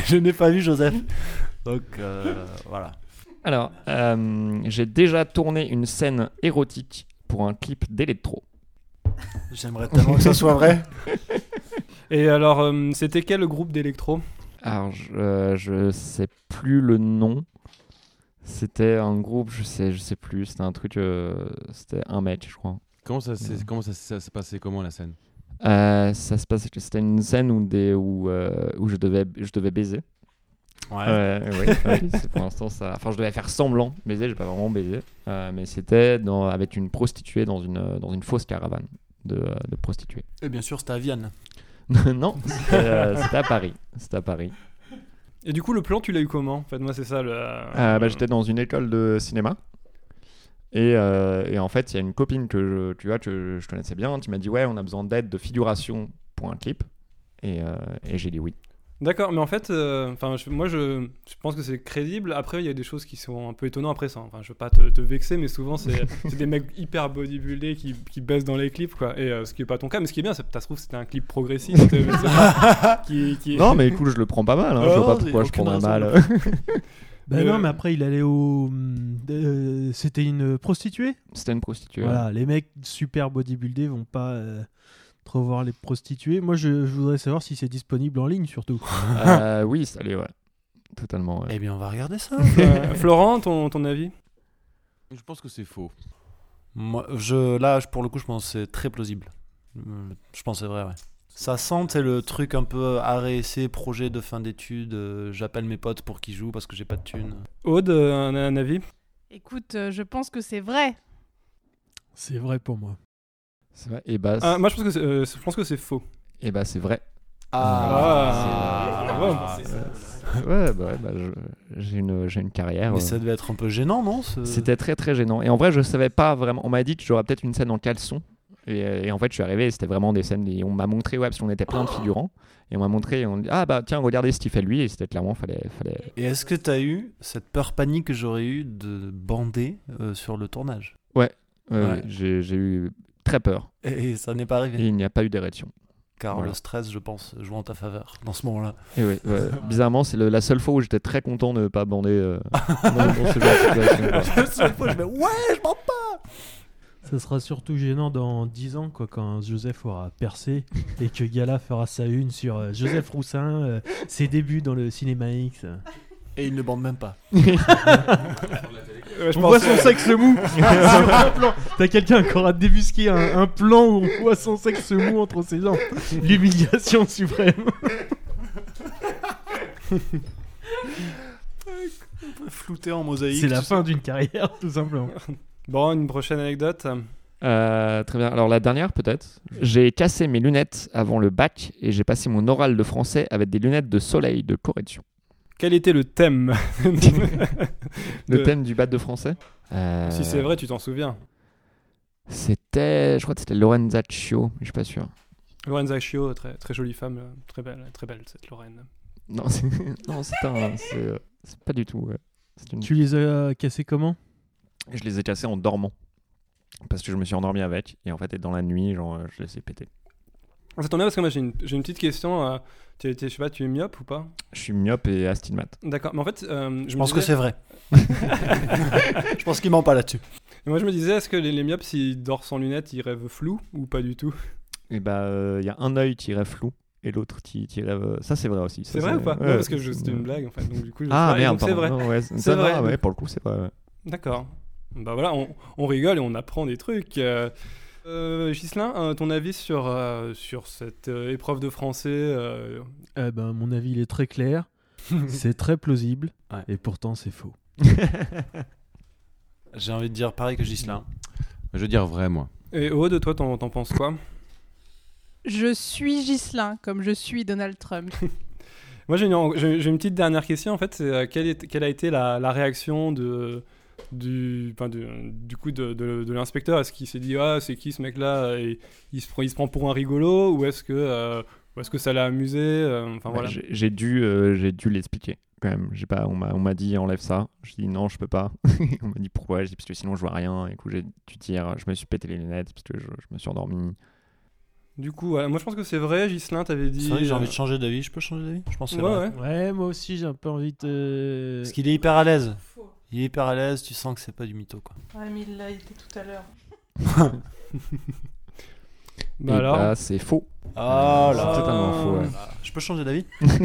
S2: je n'ai pas vu Joseph. Donc euh, voilà.
S3: Alors, euh, j'ai déjà tourné une scène érotique pour un clip d'électro.
S2: J'aimerais tellement que ça soit vrai.
S1: Et alors, euh, c'était quel groupe d'électro
S3: Alors, je, euh, je sais plus le nom. C'était un groupe, je sais, je sais plus. C'était un truc, euh, c'était un mec, je crois.
S4: Comment ça s'est
S3: Ouais.
S4: comment ça, s'est- ça s'est passé Comment la scène
S3: Euh, ça se passait, que c'était une scène où des, où, euh, où je devais, je devais baiser.
S2: Ouais.
S3: Euh, oui, oui, c'est pour l'instant ça. Enfin, je devais faire semblant baiser, j'ai pas vraiment baisé, Euh, mais c'était dans- avec une prostituée dans une euh, dans une fausse caravane de, euh, de prostituées.
S2: Et bien sûr c'était à Vienne.
S3: non, c'était euh, c'était à Paris. C'était à Paris.
S1: Et du coup, le plan, tu l'as eu comment En fait, moi, c'est ça le.
S2: Ah,
S3: Euh, bah, J'étais dans une école de cinéma. Et, euh, et en fait, il y a une copine que je, tu vois, que je connaissais bien qui m'a dit Ouais, on a besoin d'aide de figuration pour un clip. Et, euh, et j'ai dit oui.
S1: D'accord, mais en fait, euh, enfin, je- moi, je, je pense que c'est crédible. Après, il y a des choses qui sont un peu étonnantes après ça. Enfin, je veux pas te, te vexer, mais souvent, c'est c'est des mecs hyper bodybuildés qui, qui baissent dans les clips, quoi. Et euh, ce qui est pas ton cas, mais ce qui est bien, c'est que ça se trouve, c'était un clip progressiste. euh, mais c'est- qui, qui-
S3: Non, mais écoute, je le prends pas mal. hein.
S2: Ah
S3: je vois
S2: non,
S3: pas
S2: c'est
S3: pourquoi je
S2: aucune
S3: prendrais
S2: raison.
S3: mal.
S8: Bah
S1: Euh,
S8: non, mais après il allait au. hum, euh, C'était une prostituée.
S3: c'était une prostituée.
S8: Voilà, les mecs super bodybuildés vont pas euh, trop voir les prostituées. Moi, je, je voudrais savoir si c'est disponible en ligne surtout.
S3: Euh, oui, salut, ouais. Totalement. ouais.
S2: Eh bien on va regarder ça.
S1: Euh, Florent, ton, ton avis
S4: Je pense que c'est faux.
S2: Moi, je, là, je- pour le coup, je pense que c'est très plausible. Euh, Je pense que c'est vrai, ouais. Ça sent, c'est le truc un peu arrêté, projet de fin d'études. euh, J'appelle mes potes pour qu'ils jouent parce que j'ai pas de thunes.
S1: Aude, euh, un, un avis
S5: Écoute, euh, je pense que c'est vrai.
S8: C'est vrai pour moi.
S3: C'est vrai. Et bah,
S1: Ah, Moi, je pense que c'est euh, je pense que c'est faux.
S3: et bah c'est vrai.
S1: Ah.
S2: Ah.
S3: Ouais, bah, ouais, bah, je- j'ai une, j'ai une carrière.
S2: Mais
S3: euh.
S2: ça devait être un peu gênant, non ce-
S3: C'était très très gênant. Et en vrai, je savais pas vraiment. On m'a dit que j'aurais peut-être une scène en caleçon. Et, euh, et en fait, je suis arrivé, et c'était vraiment des scènes. Et on m'a montré, ouais, parce qu'on était plein de figurants. Et on m'a montré, et on dit, ah bah tiens, regardez ce qu'il fait lui. Et c'était clairement, fallait, fallait.
S2: Et est-ce que tu as eu cette peur panique que j'aurais eu de bander euh, sur le tournage
S3: Euh,
S2: Ouais.
S3: J'ai j'ai eu très peur.
S2: et, ça n'est pas
S3: Et
S2: arrivé.
S3: il n'y a pas eu d'érection.
S2: Car
S3: voilà.
S2: le stress, je pense, joue en ta faveur dans ce moment-là.
S3: Et ouais, ouais. bizarrement, c'est le- la seule fois où j'étais très content de ne pas bander euh, dans, dans ce genre de situation, quoi.
S2: Cette fois, je vais, ouais, je bande pas
S8: Ça sera surtout gênant dans 10 ans, quoi, quand Joseph aura percé et que Gala fera sa une sur euh, Joseph Roussin, euh, ses débuts dans le cinéma X.
S2: Et il ne bande même pas.
S8: on voit son sexe mou sur un plan. T'as quelqu'un qui aura débusqué un, un plan où on voit son sexe mou entre ses jambes. L'humiliation suprême.
S2: Flouté en mosaïque.
S8: C'est la
S2: tout
S8: fin d'une carrière, tout simplement.
S1: Bon, une prochaine anecdote.
S3: Euh, très bien. Alors la dernière peut-être. J'ai cassé mes lunettes avant le bac et j'ai passé mon oral de français avec des lunettes de soleil de correction.
S1: Quel était le thème
S3: Le
S1: De-
S3: thème du bac de français Euh,
S1: Si c'est vrai, tu t'en souviens.
S3: C'était, je crois que c'était Lorenzaccio, mais je suis pas sûr.
S1: Lorenza Accio, très, très jolie femme, euh, très belle, très belle cette Lorraine.
S3: Non, c'est, non, c'est un- c'est, euh, c'est pas du tout. ouais. C'est une-
S8: Tu les as cassés comment
S3: Je les ai cassés en dormant parce que je me suis endormi avec et en fait et dans la nuit, genre, euh, je les ai pétés.
S1: Ah, Ça tombe bien parce que moi j'ai une, j'ai une petite question. euh, tu, tu- je sais pas, tu es myope ou pas
S3: Je suis myope et astigmate.
S1: D'accord, mais en fait, euh, je,
S2: Je
S1: me
S2: pense que
S1: disais-
S2: c'est vrai. je pense qu'il ment pas là-dessus.
S1: Moi je me disais, est-ce que les, les myopes, s'ils dorment sans lunettes, ils rêvent flou ou pas du tout
S3: Et bah, il y a un œil qui rêve flou et l'autre qui, qui rêve. euh, Ça, c'est vrai aussi. Ça,
S1: C'est vrai ou pas
S3: ouais,
S1: Non, Parce que je-
S3: c'est-
S1: c'était une blague en fait. Donc du coup, je
S3: Ah
S1: sais pas, et
S3: merde,
S1: donc c'est
S3: pardon.
S1: vrai.
S3: Non, ouais, c'est
S1: C'est
S3: non,
S1: vrai.
S3: non, ouais, pour le coup, c'est vrai. ouais.
S1: D'accord. Bah voilà, on, on rigole et on apprend des trucs. Euh, euh, Ghislain, euh, ton avis sur, euh, sur cette euh, épreuve de français euh,
S8: Eh ben, mon avis, il est très clair. c'est très plausible. Et pourtant, c'est faux.
S2: J'ai envie de dire pareil que Gislain.
S4: Bah, Je veux dire vrai, moi.
S1: Et Aude, toi, t'en t'en penses quoi
S5: Je suis Ghislain, comme je suis Donald Trump.
S1: Moi, j'ai une, j'ai- j'ai une petite dernière question, en fait. C'est euh, quelle, est- quelle a été la, la réaction de, du, enfin, du, du coup de, de- de l'inspecteur Est-ce qu'il s'est dit « Ah, c'est qui ce mec-là » et il se, prend- il se prend pour un rigolo Ou est-ce que, euh, ou est-ce que ça l'a amusé Euh, Enfin,
S2: Bah,
S3: Ouais,
S1: voilà.
S3: j'ai- J'ai dû, euh, j'ai dû l'expliquer quand même. J'ai pas, on m'a, on m'a dit enlève ça. Je dis non, je peux pas. on m'a dit pourquoi. Je dis parce que sinon je vois rien. Et du coup, j'ai dû dire je me suis pété les lunettes parce que je, je me suis endormi.
S1: Du coup, voilà. moi, je pense que c'est vrai. Ghislain, t'avais dit... euh,
S2: C'est vrai que j'ai envie de changer d'avis. Je peux changer d'avis Je pense que c'est
S1: Ouais,
S2: vrai.
S1: ouais.
S8: Ouais, moi aussi, j'ai un peu envie de.
S2: Parce qu'il est hyper à l'aise. Il est hyper à l'aise, tu sens que c'est pas du mytho quoi.
S5: Ouais, mais Ah, il l'a été tout à l'heure.
S1: Bah
S3: Et
S1: alors
S3: bah, c'est faux.
S2: Ah
S3: c'est
S2: là.
S3: totalement faux. ouais.
S2: Ah, Je peux changer d'avis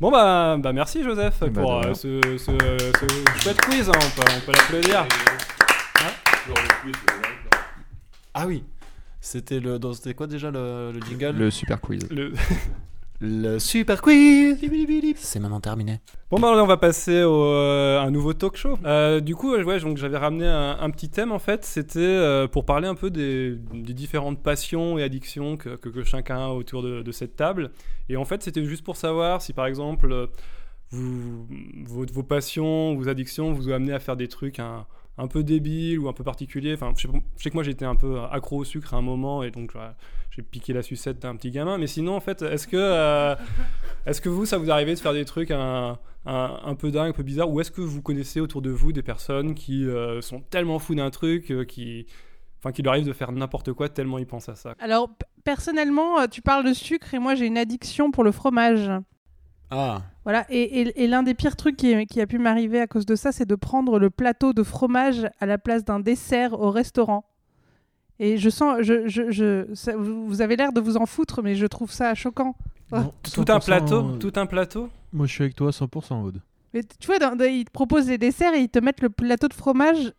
S1: Bon, bah, bah merci, Joseph,
S3: Bah, de
S1: pour
S3: rien.
S1: euh, ce, ce, ce chouette quiz. hein. On peut, on peut l'applaudir.
S2: Ah oui. C'était le dans- c'était quoi déjà le, le jingle
S3: Le super quiz.
S1: Le-
S2: Le super quiz. C'est maintenant terminé.
S1: Bon, bah, on va passer au, euh, à un nouveau talk show. Euh, du coup, euh, ouais, donc, j'avais ramené un, un petit thème en fait. C'était euh, pour parler un peu des, des différentes passions et addictions que, que- que chacun a autour de, de cette table. Et en fait, c'était juste pour savoir si par exemple, euh, vous, vos, vos passions, vos addictions vous ont amené à faire des trucs un, un peu débiles ou un peu particuliers. Enfin, je sais, pas- je sais que moi j'étais un peu accro au sucre à un moment et donc euh, j'ai piqué la sucette d'un petit gamin. Mais sinon, en fait, est-ce que, euh, est-ce que vous, ça vous arrivait de faire des trucs un un, un peu dingue, un peu bizarre Ou est-ce que vous connaissez autour de vous des personnes qui euh, sont tellement fous d'un truc euh, qui... Enfin, qu'il leur arrive de faire n'importe quoi tellement ils pensent à ça.
S5: Alors, p- personnellement, euh, tu parles de sucre et moi j'ai une addiction pour le fromage.
S2: Ah.
S5: Voilà, et, et- et l'un des pires trucs qui, qui a pu m'arriver à cause de ça, c'est de prendre le plateau de fromage à la place d'un dessert au restaurant. Et je sens, je, je, je- ça- vous vous avez l'air de vous en foutre, mais je trouve ça choquant.
S8: Non,
S1: Tout un
S8: 100%,
S1: plateau,
S8: euh,
S1: tout un plateau.
S8: Moi, je suis avec toi 100% Aude.
S5: Mais t- tu vois, dans- dans- ils te proposent des desserts et ils te mettent le plateau de fromage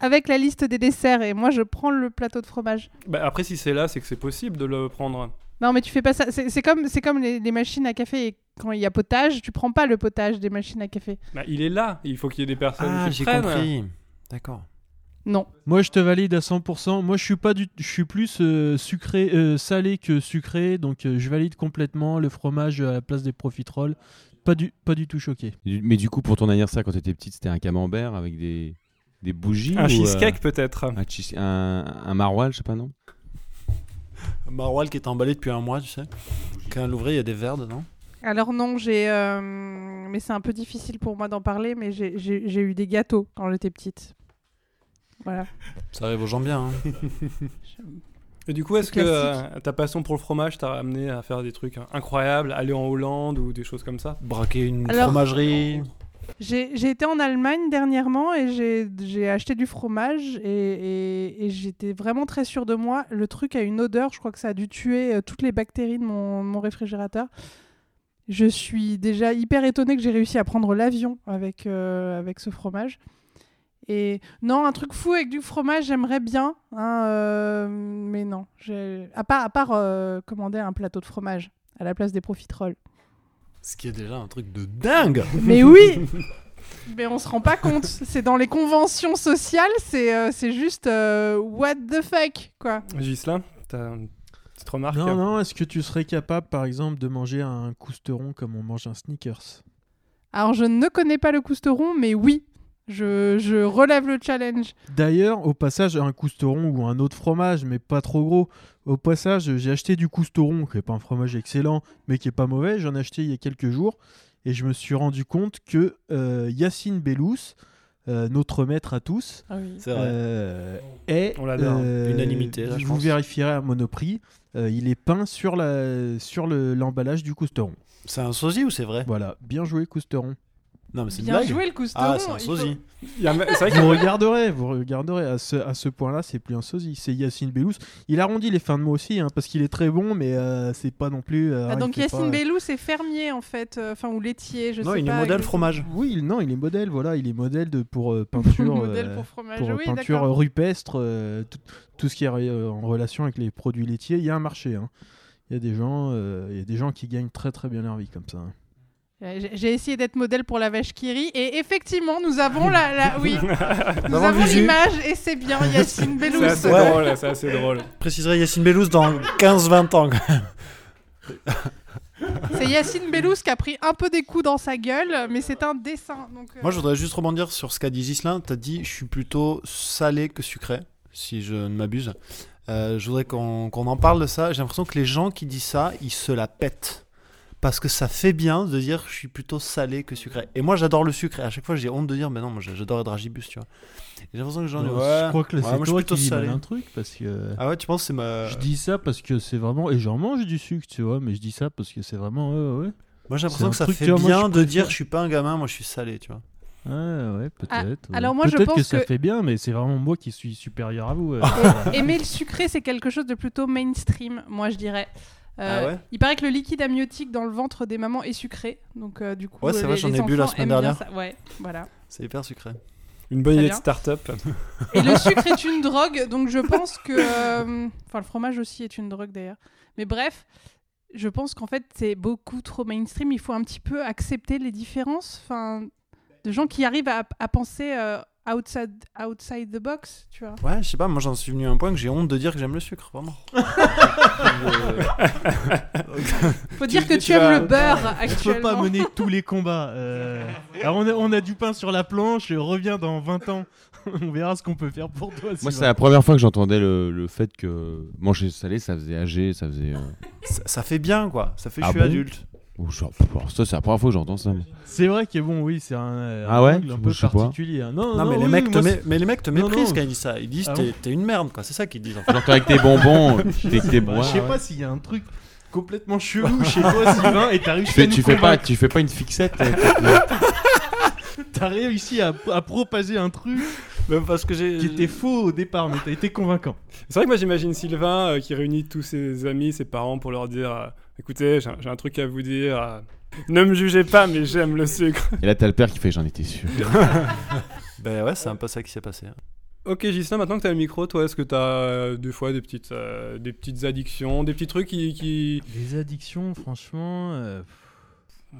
S5: avec la liste des desserts. Et moi, je prends le plateau de fromage.
S1: Bah, après, si c'est là, c'est que c'est possible de le prendre.
S5: Non, mais tu fais pas ça. C'est c'est comme, c'est comme les, les machines à café. Et quand il y a potage, tu prends pas le potage des machines à café.
S1: Bah, il est là. Il faut qu'il y ait des personnes
S2: Ah,
S1: qui
S2: j'ai
S1: le prennent.
S2: compris. D'accord.
S5: Non.
S8: Moi, je te valide à 100%. Moi, je suis pas du, je suis plus euh, sucré, euh, salé que sucré, donc euh, je valide complètement le fromage à la place des profiteroles. Pas du, pas du tout choqué.
S4: Du- Mais du coup, pour ton anniversaire, quand t'étais petite, c'était un camembert avec des, Des bougies ou,
S1: Un
S4: euh,
S1: cheesecake peut-être.
S4: un, cheese- un, un maroilles, je sais pas, non
S2: Maroilles qui est emballé depuis un mois, tu sais. Quand l'ouvrait, il y a des verres dedans.
S5: Alors non, j'ai. euh, mais c'est un peu difficile pour moi d'en parler, mais j'ai- j'ai j'ai eu des gâteaux quand j'étais petite. Voilà.
S2: Ça arrive aux gens bien. hein.
S1: Et du coup, est-ce que
S5: C'est classique.
S1: euh, ta passion pour le fromage t'a amené à faire des trucs hein, incroyables, aller en Hollande ou des choses comme ça
S2: Braquer une
S5: Alors-
S2: fromagerie.
S5: J'ai j'ai été en Allemagne dernièrement et j'ai- j'ai acheté du fromage et, et- et j'étais vraiment très sûre de moi. Le truc a une odeur, je crois que ça a dû tuer euh, toutes les bactéries de mon, mon réfrigérateur. Je suis déjà hyper étonnée que j'ai réussi à prendre l'avion avec, euh, avec ce fromage. Et non, un truc fou avec du fromage, j'aimerais bien, hein, euh, mais non. j'ai- À part, à part euh, commander un plateau de fromage à la place des profiteroles.
S2: Ce qui est déjà un truc de dingue.
S5: Mais oui Mais on se rend pas compte. C'est dans les conventions sociales, c'est euh, c'est juste euh, what the fuck, quoi.
S1: Gislain, t'as une petite remarque
S8: Non, non, est-ce que tu serais capable, par exemple, de manger un cousteron comme on mange un sneakers
S5: Alors, je ne connais pas le cousteron, mais oui, je, je relève le challenge.
S8: D'ailleurs, au passage, un cousteron ou un autre fromage, mais pas trop gros. Au passage, j'ai acheté du cousteron, qui est pas un fromage excellent, mais qui est pas mauvais. J'en ai acheté il y a quelques jours et je me suis rendu compte que euh, Yacine Bellous, euh, notre maître à tous,
S2: C'est vrai.
S8: euh, est
S1: On l'adore.
S8: euh,
S2: Unanimité, là, je
S8: vous
S2: pense.
S8: vérifierez à Monoprix. euh, il est peint sur la sur le- l'emballage du cousteron.
S2: C'est un sosie ou c'est vrai
S8: Voilà, bien joué cousteron.
S2: Non, mais c'est une
S5: Bien
S2: blague.
S5: joué, le cousteron
S2: Ah, c'est un
S5: il faut-
S2: sosie.
S1: Il y a- C'est vrai
S8: Vous
S1: que
S8: regarderez, vous regarderez. À ce, à ce point-là, c'est plus un sosie. C'est Yacine Bellous. Il arrondit les fins de mots aussi, hein, parce qu'il est très bon, mais euh, c'est pas non plus. euh,
S5: Ah,
S8: il
S5: donc,
S8: fait pas-
S5: Yacine Bellou, c'est fermier, en fait, euh, enfin, ou laitier, je
S2: Non,
S5: sais
S2: il
S5: pas.
S2: est modèle
S5: exact-
S2: fromage.
S8: Oui, il- non, il est modèle. Voilà, il est modèle de, pour euh,
S5: Ou
S8: peinture,
S5: modèle
S8: euh,
S5: pour fromage,
S8: pour, euh,
S5: oui,
S8: peinture
S5: d'accord.
S8: rupestre, euh, tout, tout ce qui est euh, en relation avec les produits laitiers. Il y a un marché. hein. Il y a des gens, euh, il y a des gens qui gagnent très très bien leur vie comme ça. hein.
S2: euh.
S5: Ouais, J'ai j'ai essayé d'être modèle pour la vache qui rit, et effectivement, nous avons la, la- Ah oui, nous
S2: avons
S5: avons
S2: Visu.
S5: l'image, et c'est bien Yacine Bellou.
S1: c'est assez
S2: Ouais.
S1: drôle, c'est assez drôle.
S2: Préciserai Yacine Bellouz dans 15-20 ans.
S5: C'est Yacine Bellous qui a pris un peu des coups dans sa gueule, mais c'est un dessin. Donc, euh,
S2: Moi, je voudrais juste rebondir sur ce qu'a dit Gislin. T'as dit, je suis plutôt salé que sucré, si je ne m'abuse. Euh, je voudrais qu'on qu'on en parle de ça. J'ai l'impression que les gens qui disent ça, ils se la pètent. Parce que ça fait bien de dire, je suis plutôt salé que sucré. Et moi, j'adore le sucré. À chaque fois, j'ai honte de dire, mais non, moi, j'adore Edragibus, tu vois. Et J'ai l'impression que j'en ai.
S8: Donc,
S2: Ouais.
S8: Je crois que là,
S2: Ouais,
S8: c'est
S2: moi, je suis
S8: toi
S2: plutôt
S8: qui dis mal
S2: salé.
S8: un truc parce que.
S2: Ah ouais, tu penses que c'est ma.
S8: Je dis ça parce que c'est vraiment et j'en mange du sucre, tu vois, mais je dis ça parce que c'est vraiment ouais ouais.
S2: Moi, j'ai
S8: c'est
S2: l'impression
S8: un
S2: que ça
S8: truc,
S2: fait
S8: tu vois, moi,
S2: bien
S8: je
S2: de dire, je suis pas un gamin, moi, je suis salé, tu vois.
S8: Ouais, ouais,
S4: Ah,
S8: peut-être. ouais.
S5: alors moi, je
S8: peut-être
S5: pense
S8: que, ça
S5: que-
S8: fait bien, mais c'est vraiment moi qui suis supérieur à vous. euh.
S5: Aimer le sucré, c'est quelque chose de plutôt mainstream, moi je dirais. Euh,
S2: Ah ouais
S5: il paraît que le liquide amniotique dans le ventre des mamans est sucré, donc euh, du coup,
S2: Ouais, c'est
S5: euh,
S2: vrai,
S5: les-
S2: j'en
S5: les
S2: ai bu la
S5: enfants
S2: semaine
S5: aiment bien
S2: dernière.
S5: ça. Ouais, voilà.
S2: C'est hyper sucré.
S1: Une bonne
S5: Très
S1: idée de
S5: bien.
S1: start-up.
S5: Et le sucre est une drogue, donc je pense que, euh, enfin, le fromage aussi est une drogue d'ailleurs. Mais bref, je pense qu'en fait, c'est beaucoup trop mainstream. Il faut un petit peu accepter les différences, enfin, de gens qui arrivent à, à penser euh, outside outside the box, tu vois.
S2: Ouais, je sais pas, moi j'en suis venu à un point que j'ai honte de dire que j'aime le sucre, vraiment.
S5: Faut dire
S1: Tu-
S5: que
S1: tu
S5: tu aimes
S1: vas-
S5: le beurre
S8: Je peux pas
S5: actuellement.
S8: mener tous les combats. euh. Alors, on, a, on a du pain sur la planche, euh, reviens dans 20 ans. on verra ce qu'on peut faire pour toi.
S4: Moi,
S8: Sylvain.
S4: c'est la première fois que j'entendais le, le fait que manger salé, ça faisait âgé, ça faisait. euh,
S2: ça, ça fait bien, quoi. Ça fait que
S4: Ah
S2: je suis
S4: bon
S2: adulte.
S4: ou genre, pff, alors ça, c'est la première fois que j'entends ça. moi.
S8: C'est vrai que bon, oui, c'est un, euh,
S4: Ah
S8: un
S4: ouais
S8: angle un peu
S4: Je sais pas.
S8: particulier. hein. Non,
S2: Non, mais,
S8: non,
S2: les
S8: oui,
S2: mecs te
S8: moi,
S2: mé-
S8: c'est-
S2: mais les mecs te
S8: Non,
S2: méprisent
S8: non.
S2: quand ils disent ça. Ils disent
S8: Ah
S2: t'es t'es une merde, quoi. C'est ça qu'ils disent en fait.
S4: Genre, toi, avec tes bonbons, euh, t'es que t'es
S8: Bah,
S4: bois,
S8: je sais
S4: ouais.
S8: pas s'il y a un truc complètement chelou chez toi, Sylvain, et t'as
S4: Tu
S8: réussi à
S4: fais,
S8: nous
S4: tu, fais pas,
S8: convaincre.
S4: tu fais pas une fixette euh,
S8: T'as réussi à, à propager un truc
S2: Même parce que j'ai.
S8: qui était faux au départ, mais t'as été convaincant.
S1: C'est vrai que moi j'imagine Sylvain euh, qui réunit tous ses amis, ses parents pour leur dire euh, écoutez, j'ai un- j'ai un truc à vous dire. euh, ne me jugez pas, mais j'aime le sucre.
S4: Et là, t'as le père qui fait J'en étais sûr.
S2: Ben ouais, c'est un peu ça qui s'est passé.
S1: Ok, Gislain, maintenant que t'as le micro, toi, est-ce que t'as euh, des fois des petites, euh, des petites addictions, des petits trucs qui. qui-
S8: Les addictions, franchement. euh,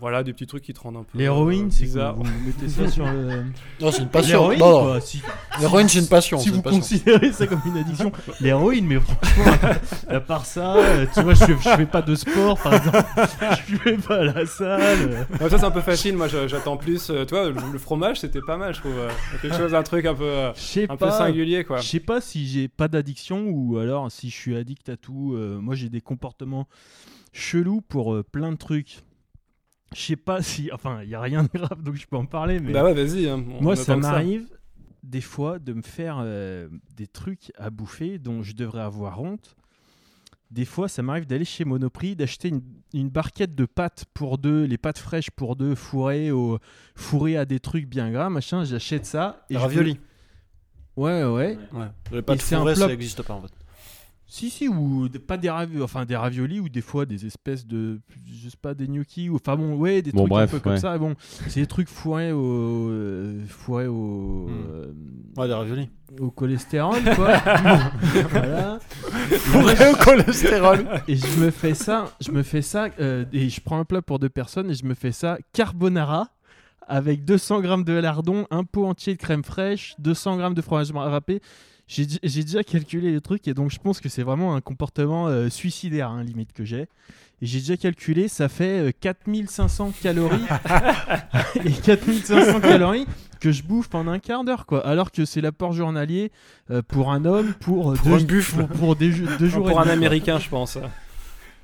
S1: Voilà, des petits trucs qui te rendent un peu.
S8: L'héroïne,
S1: euh,
S8: c'est que
S1: bizarre.
S8: vous vous mettez ça sur le.
S2: Non, c'est une passion.
S8: L'héroïne,
S2: Non, non.
S8: quoi, si-
S2: L'héroïne, c'est une passion.
S8: si
S2: c'est une
S8: vous
S2: passion.
S8: considérez ça comme une addiction, l'héroïne, mais franchement, à part ça, euh, tu vois, je, je fais pas de sport, par exemple, je vais pas à la salle.
S1: Ouais, ça, c'est un peu facile. Moi, je- j'attends plus. euh, tu vois, le le fromage, c'était pas mal, je trouve. euh. quelque chose, un truc un peu, euh,
S8: Je sais
S1: un peu
S8: pas.
S1: singulier, quoi.
S8: Je sais pas si j'ai pas d'addiction ou alors si je suis addict à tout. Euh, moi, j'ai des comportements chelous pour euh, plein de trucs. Je sais pas si. Enfin, il y a rien de grave, donc je peux en parler. Mais
S1: Bah ouais, vas-y. hein, on
S8: moi,
S1: attend
S8: ça
S1: que
S8: m'arrive des fois de me faire euh, des trucs à bouffer dont je devrais avoir honte. Des fois, ça m'arrive d'aller chez Monoprix, d'acheter une, une barquette de pâtes pour deux, les pâtes fraîches pour deux, fourrées, au, fourrées à des trucs bien gras, machin. J'achète ça. Et je-
S2: Ravioli.
S8: Ouais, ouais.
S2: Ouais. Le pâte
S8: c'est un
S2: fourrée, ça
S8: flop.
S2: n'existe pas en fait.
S8: Si, si, ou des- pas des, ravi- enfin, des raviolis ou des fois des espèces de. Je sais pas, des gnocchis ou. Enfin bon, ouais, des
S4: Bon,
S8: trucs
S4: bref,
S8: un peu comme
S4: ouais.
S8: ça. Bon, c'est des trucs fourrés au. euh, fourrés au.
S2: Hmm.
S8: euh,
S2: Ouais, des raviolis.
S8: au cholestérol, quoi. Voilà.
S2: Fourré au cholestérol.
S8: Et je me fais ça, je me fais ça, euh, et je prends un plat pour deux personnes et je me fais ça carbonara avec 200 grammes de lardon, un pot entier de crème fraîche, 200 grammes de fromage râpé. J'ai di- j'ai déjà calculé le truc et donc je pense que c'est vraiment un comportement euh, suicidaire, hein, limite que j'ai. Et j'ai déjà calculé, ça fait euh, 4500 calories. et 4500 calories que je bouffe en un quart d'heure, quoi. Alors que c'est l'apport journalier euh, pour un homme, pour, euh,
S2: Pour
S8: deux,
S2: une buffle.
S8: pour, pour des ju- deux
S1: ça.
S8: jours et
S1: Pour un
S8: demi, quoi.
S1: américain, je pense.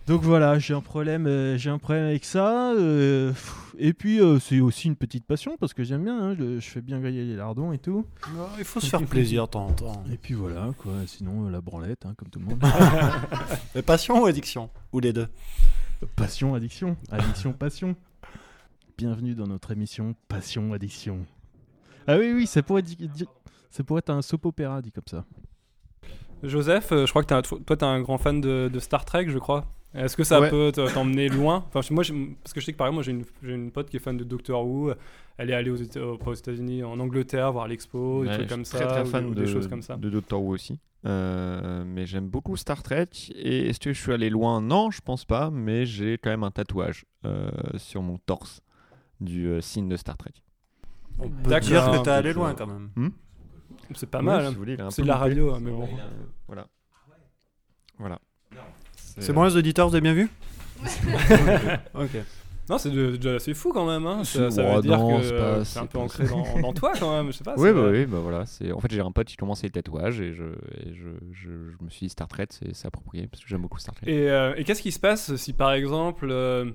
S8: Donc voilà, j'ai un problème, euh, j'ai un problème avec ça. euh, pff, et puis euh, c'est aussi une petite passion parce que j'aime bien, hein, je, je fais bien griller les lardons et tout.
S2: Il faut se faire plaisir de temps en temps.
S8: Et puis voilà, quoi. Sinon euh, la branlette, hein, comme tout le monde.
S2: Mais passion ou addiction Ou les deux
S8: passion, addiction, addiction, passion. Bienvenue dans notre émission Passion, addiction. Ah oui, oui, ça pourrait, di- di- ça pourrait être un soap opéra dit comme ça.
S1: Joseph, euh, je crois que t'es un- toi, t'es un grand fan de, de Star Trek, je crois. Est-ce que ça
S3: Ouais.
S1: peut te- t'emmener loin enfin, je- moi, je- Parce que je sais que par exemple, moi, j'ai une, j'ai une pote qui est fan de Doctor Who. Elle est allée aux, Éta- euh, pas aux États-Unis, en Angleterre, voir l'expo, des
S3: Ouais,
S1: trucs
S3: je
S1: comme
S3: suis
S1: ça.
S3: Très très
S1: ou-
S3: fan
S1: ou
S3: de,
S1: des choses comme ça.
S3: de Doctor Who aussi. Euh, mais j'aime beaucoup Star Trek. Et est-ce que je suis allé loin Non, je pense pas. Mais j'ai quand même un tatouage euh, sur mon torse du euh, signe de Star Trek.
S2: On peut
S1: D'accord.
S2: dire que
S1: Peut-être,
S2: t'es allé loin
S1: euh,
S2: quand même.
S1: C'est pas
S3: Ouais,
S1: mal.
S3: si
S1: hein.
S3: vous voulez, il est un
S1: C'est
S3: peu
S1: de la
S3: loupé.
S1: radio, hein, mais bon.
S3: Euh, voilà. Voilà.
S2: C'est bon les auditeurs, vous avez bien vu Ok.
S1: Non, c'est de- de- c'est fou quand même. Hein. Ça,
S3: C'est-
S1: ça veut
S3: oh,
S1: dire
S3: non,
S1: que
S3: c'est
S1: euh,
S3: pas-
S1: c'est un
S3: c'est
S1: peu
S3: pas-
S1: ancré dans, dans toi quand même. Je sais pas.
S3: Oui,
S1: c'est-
S3: bah, oui, bah voilà. c'est- En fait, j'ai un pote qui commençait les tatouages et je, et je, je- je me suis dit Star Trek, c'est c'est approprié parce que j'aime beaucoup Star Trek.
S1: Et, euh, et qu'est-ce qui se passe si par exemple, euh,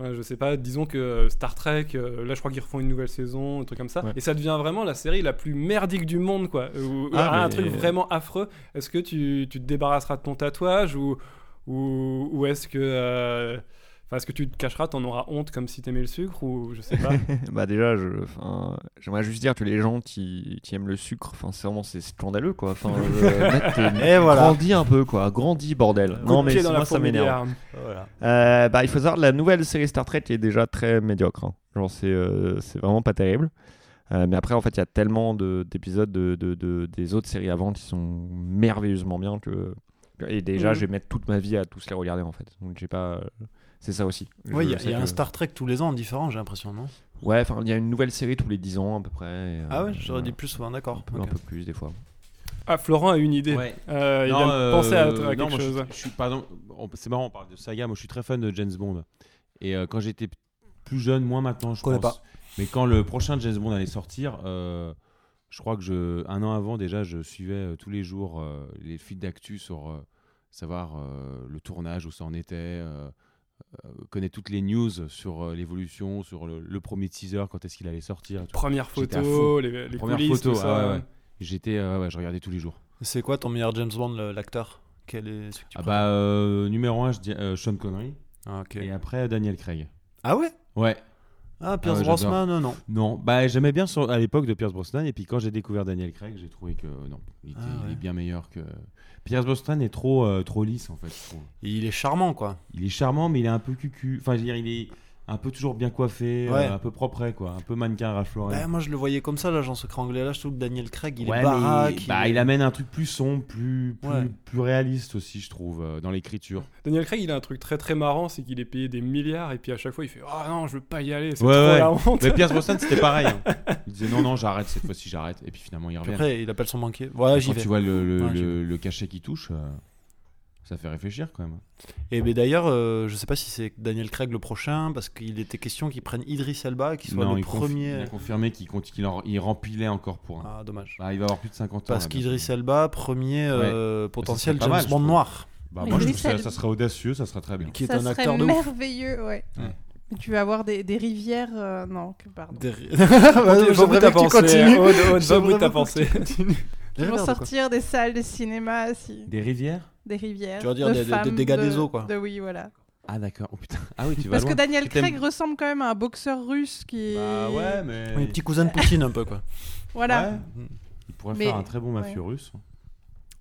S1: ouais, je sais pas, disons que Star Trek, euh, là je crois qu'ils refont une nouvelle saison, un truc comme ça,
S3: Ouais.
S1: et ça devient vraiment la série la plus merdique du monde, quoi. Ou,
S3: Ah,
S1: un
S3: mais-
S1: truc vraiment affreux. Est-ce que tu, tu te débarrasseras de ton tatouage ou, ou, ou est-ce que. euh, Enfin, est-ce que tu te cacheras, t'en auras honte comme si t'aimais le sucre ou je sais pas.
S3: bah déjà, je- enfin, j'aimerais juste dire que les gens qui, qui aiment le sucre, enfin, c'est vraiment c'est scandaleux quoi. Enfin, euh, mec, t'es-
S2: Et voilà.
S3: grandis un peu quoi, grandis bordel.
S1: Coup
S3: Non
S1: de
S3: mais
S1: pied
S3: c'est-
S1: dans la
S3: moi ça m'énerve.
S1: fourmilière.
S2: Voilà.
S3: Euh, bah, il faut savoir la nouvelle série Star Trek est déjà très médiocre. hein. Genre c'est euh, c'est vraiment pas terrible. Euh, mais après en fait il y a tellement de- d'épisodes de, de- de- des autres séries avant qui sont merveilleusement bien que et déjà
S1: Mhm.
S3: je vais mettre toute ma vie à tous les regarder en fait. Donc j'ai pas c'est ça aussi.
S2: Ouais, il y a,
S3: Je
S2: il y a
S3: sais
S2: un
S3: que-
S2: Star Trek tous les ans différent, j'ai l'impression, non
S3: Ouais, enfin il y a une nouvelle série tous les 10 ans à peu près. et, euh,
S2: Ah ouais, j'aurais dit
S3: un
S2: plus souvent, d'accord.
S3: peu- un
S2: ok.
S3: peu plus des fois.
S1: Ah, Florent a une idée.
S4: Ouais.
S1: Euh, il
S4: Non,
S1: vient de
S4: euh,
S1: penser à, à
S4: non,
S1: quelque
S4: moi, je suis-
S1: chose.
S4: Je, suis, pardon, on- c'est marrant, on parle de saga. Moi, je suis très fan de James Bond. Et euh, quand j'étais p- plus jeune, moins maintenant, je
S2: Connais
S4: pense. Mais quand le prochain James Bond allait sortir, euh, je crois que je, un an avant déjà, je suivais euh, tous les jours euh, les fils d'actu sur euh, savoir euh, le tournage où ça en était. euh, euh, connaître toutes les news sur euh, l'évolution, sur le, le premier teaser, quand est-ce qu'il allait sortir. et tout.
S1: Première
S4: J'étais à
S1: photo, les, les
S4: Première
S1: coulisses,
S4: photo,
S1: tout ça.
S4: ah ouais, ouais. J'étais, euh, ouais, je regardais tous les jours.
S2: C'est quoi ton meilleur James Bond, le- l'acteur Quel est celui que tu
S4: Ah bah, euh, numéro 1, je dis euh, Sean Connery.
S2: préfères Ah, ok.
S4: Et après, Daniel Craig.
S2: Ah ouais
S4: Ouais.
S2: Ah, Pierce
S4: ouais, j'adore.
S2: Brosnan, non, non.
S4: Non, bah j'aimais bien sur- à l'époque de Pierce Brosnan et puis quand j'ai découvert Daniel Craig, j'ai trouvé que euh, non, il, était-
S2: Ah
S4: il
S2: ouais.
S4: est bien meilleur que Pierce Brosnan est trop euh, trop lisse en fait. je trouve.
S2: Il est charmant, quoi.
S4: Il est charmant mais il est un peu cucu. Enfin, je veux dire, il est un peu toujours bien coiffé,
S2: Ouais.
S4: euh, un peu propre, quoi, un peu mannequin rafloré.
S2: Ben, moi, je le voyais comme ça, l'agent secret anglais. Là, je trouve que Daniel Craig, il
S4: Ouais,
S2: est
S4: mais
S2: baraque.
S4: bah,
S2: est-
S4: il amène un truc plus sombre, plus, plus,
S2: Ouais.
S4: plus réaliste aussi, je trouve, euh, dans l'écriture.
S1: Daniel Craig, il a un truc très très marrant, c'est qu'il est payé des milliards et puis à chaque fois il fait Ah non, je veux pas y aller, c'est
S4: Ouais,
S1: trop
S4: ouais.
S1: la honte.
S4: Mais Pierce Brosnan, c'était pareil. hein. Il disait non, non, j'arrête, cette fois-ci j'arrête. Et puis finalement, il
S2: Puis
S4: revient.
S2: après, il appelle son banquier. Voilà,
S4: Quand
S2: j'y vais.
S4: tu vois le, le,
S2: Ouais, j'y
S4: le- le cachet qui touche, euh, ça fait réfléchir quand même. hein.
S2: Et ben, d'ailleurs, euh, je sais pas si c'est Daniel Craig le prochain, parce qu'il était question qu'il prenne Idris Elba, qui soit
S4: Non,
S2: le
S4: il, confi- il
S2: premier.
S4: a confirmé qu'il conti- qu'il en- il rempilait encore pour un.
S2: Ah, dommage.
S4: Bah, il va avoir plus de 50 ans.
S2: Parce
S4: là, bien
S2: qu'Idris
S4: sûr.
S2: Elba, premier euh, potentiel
S4: pas
S2: James
S4: mal, je
S2: Bond
S4: trouve.
S2: noir,
S4: Bah,
S5: Mais
S4: moi, je
S5: Idris
S4: trouve ça,
S5: Elba-
S4: ça serait audacieux, ça serait très bien.
S2: qui est
S5: ça
S2: un
S5: serait
S2: acteur de ouf.
S5: merveilleux, ouais.
S4: Ouais.
S5: Mais Tu vas avoir des, des rivières. euh, non, que pardon.
S2: Des- Vas-y,
S1: J'aimerais
S2: j'aimerais bien que tu continues.
S1: Aude, Aude,
S2: J'aimerais
S1: j'aimerais
S2: bien
S1: ta
S2: que
S1: pensée.
S2: Des
S5: Ils vont
S2: merdes, quoi.
S5: sortir des salles, des cinémas, si.
S4: Des rivières
S5: des rivières.
S2: Tu vas dire
S5: de
S2: des- des-
S5: femmes,
S2: des dégâts
S5: de-
S2: des eaux, quoi.
S5: de- oui, voilà.
S4: Ah, d'accord. Oh putain. Ah oui, tu vas
S5: Parce que
S4: loin.
S5: Daniel
S4: Tu t'aimes-
S5: Craig ressemble quand même à un boxeur russe qui.
S4: Bah ouais, mais.
S2: Oui, petit cousin de Poutine un peu quoi.
S5: Voilà.
S4: Ouais. Il pourrait
S5: Mais-
S4: faire un très bon mafieux russe.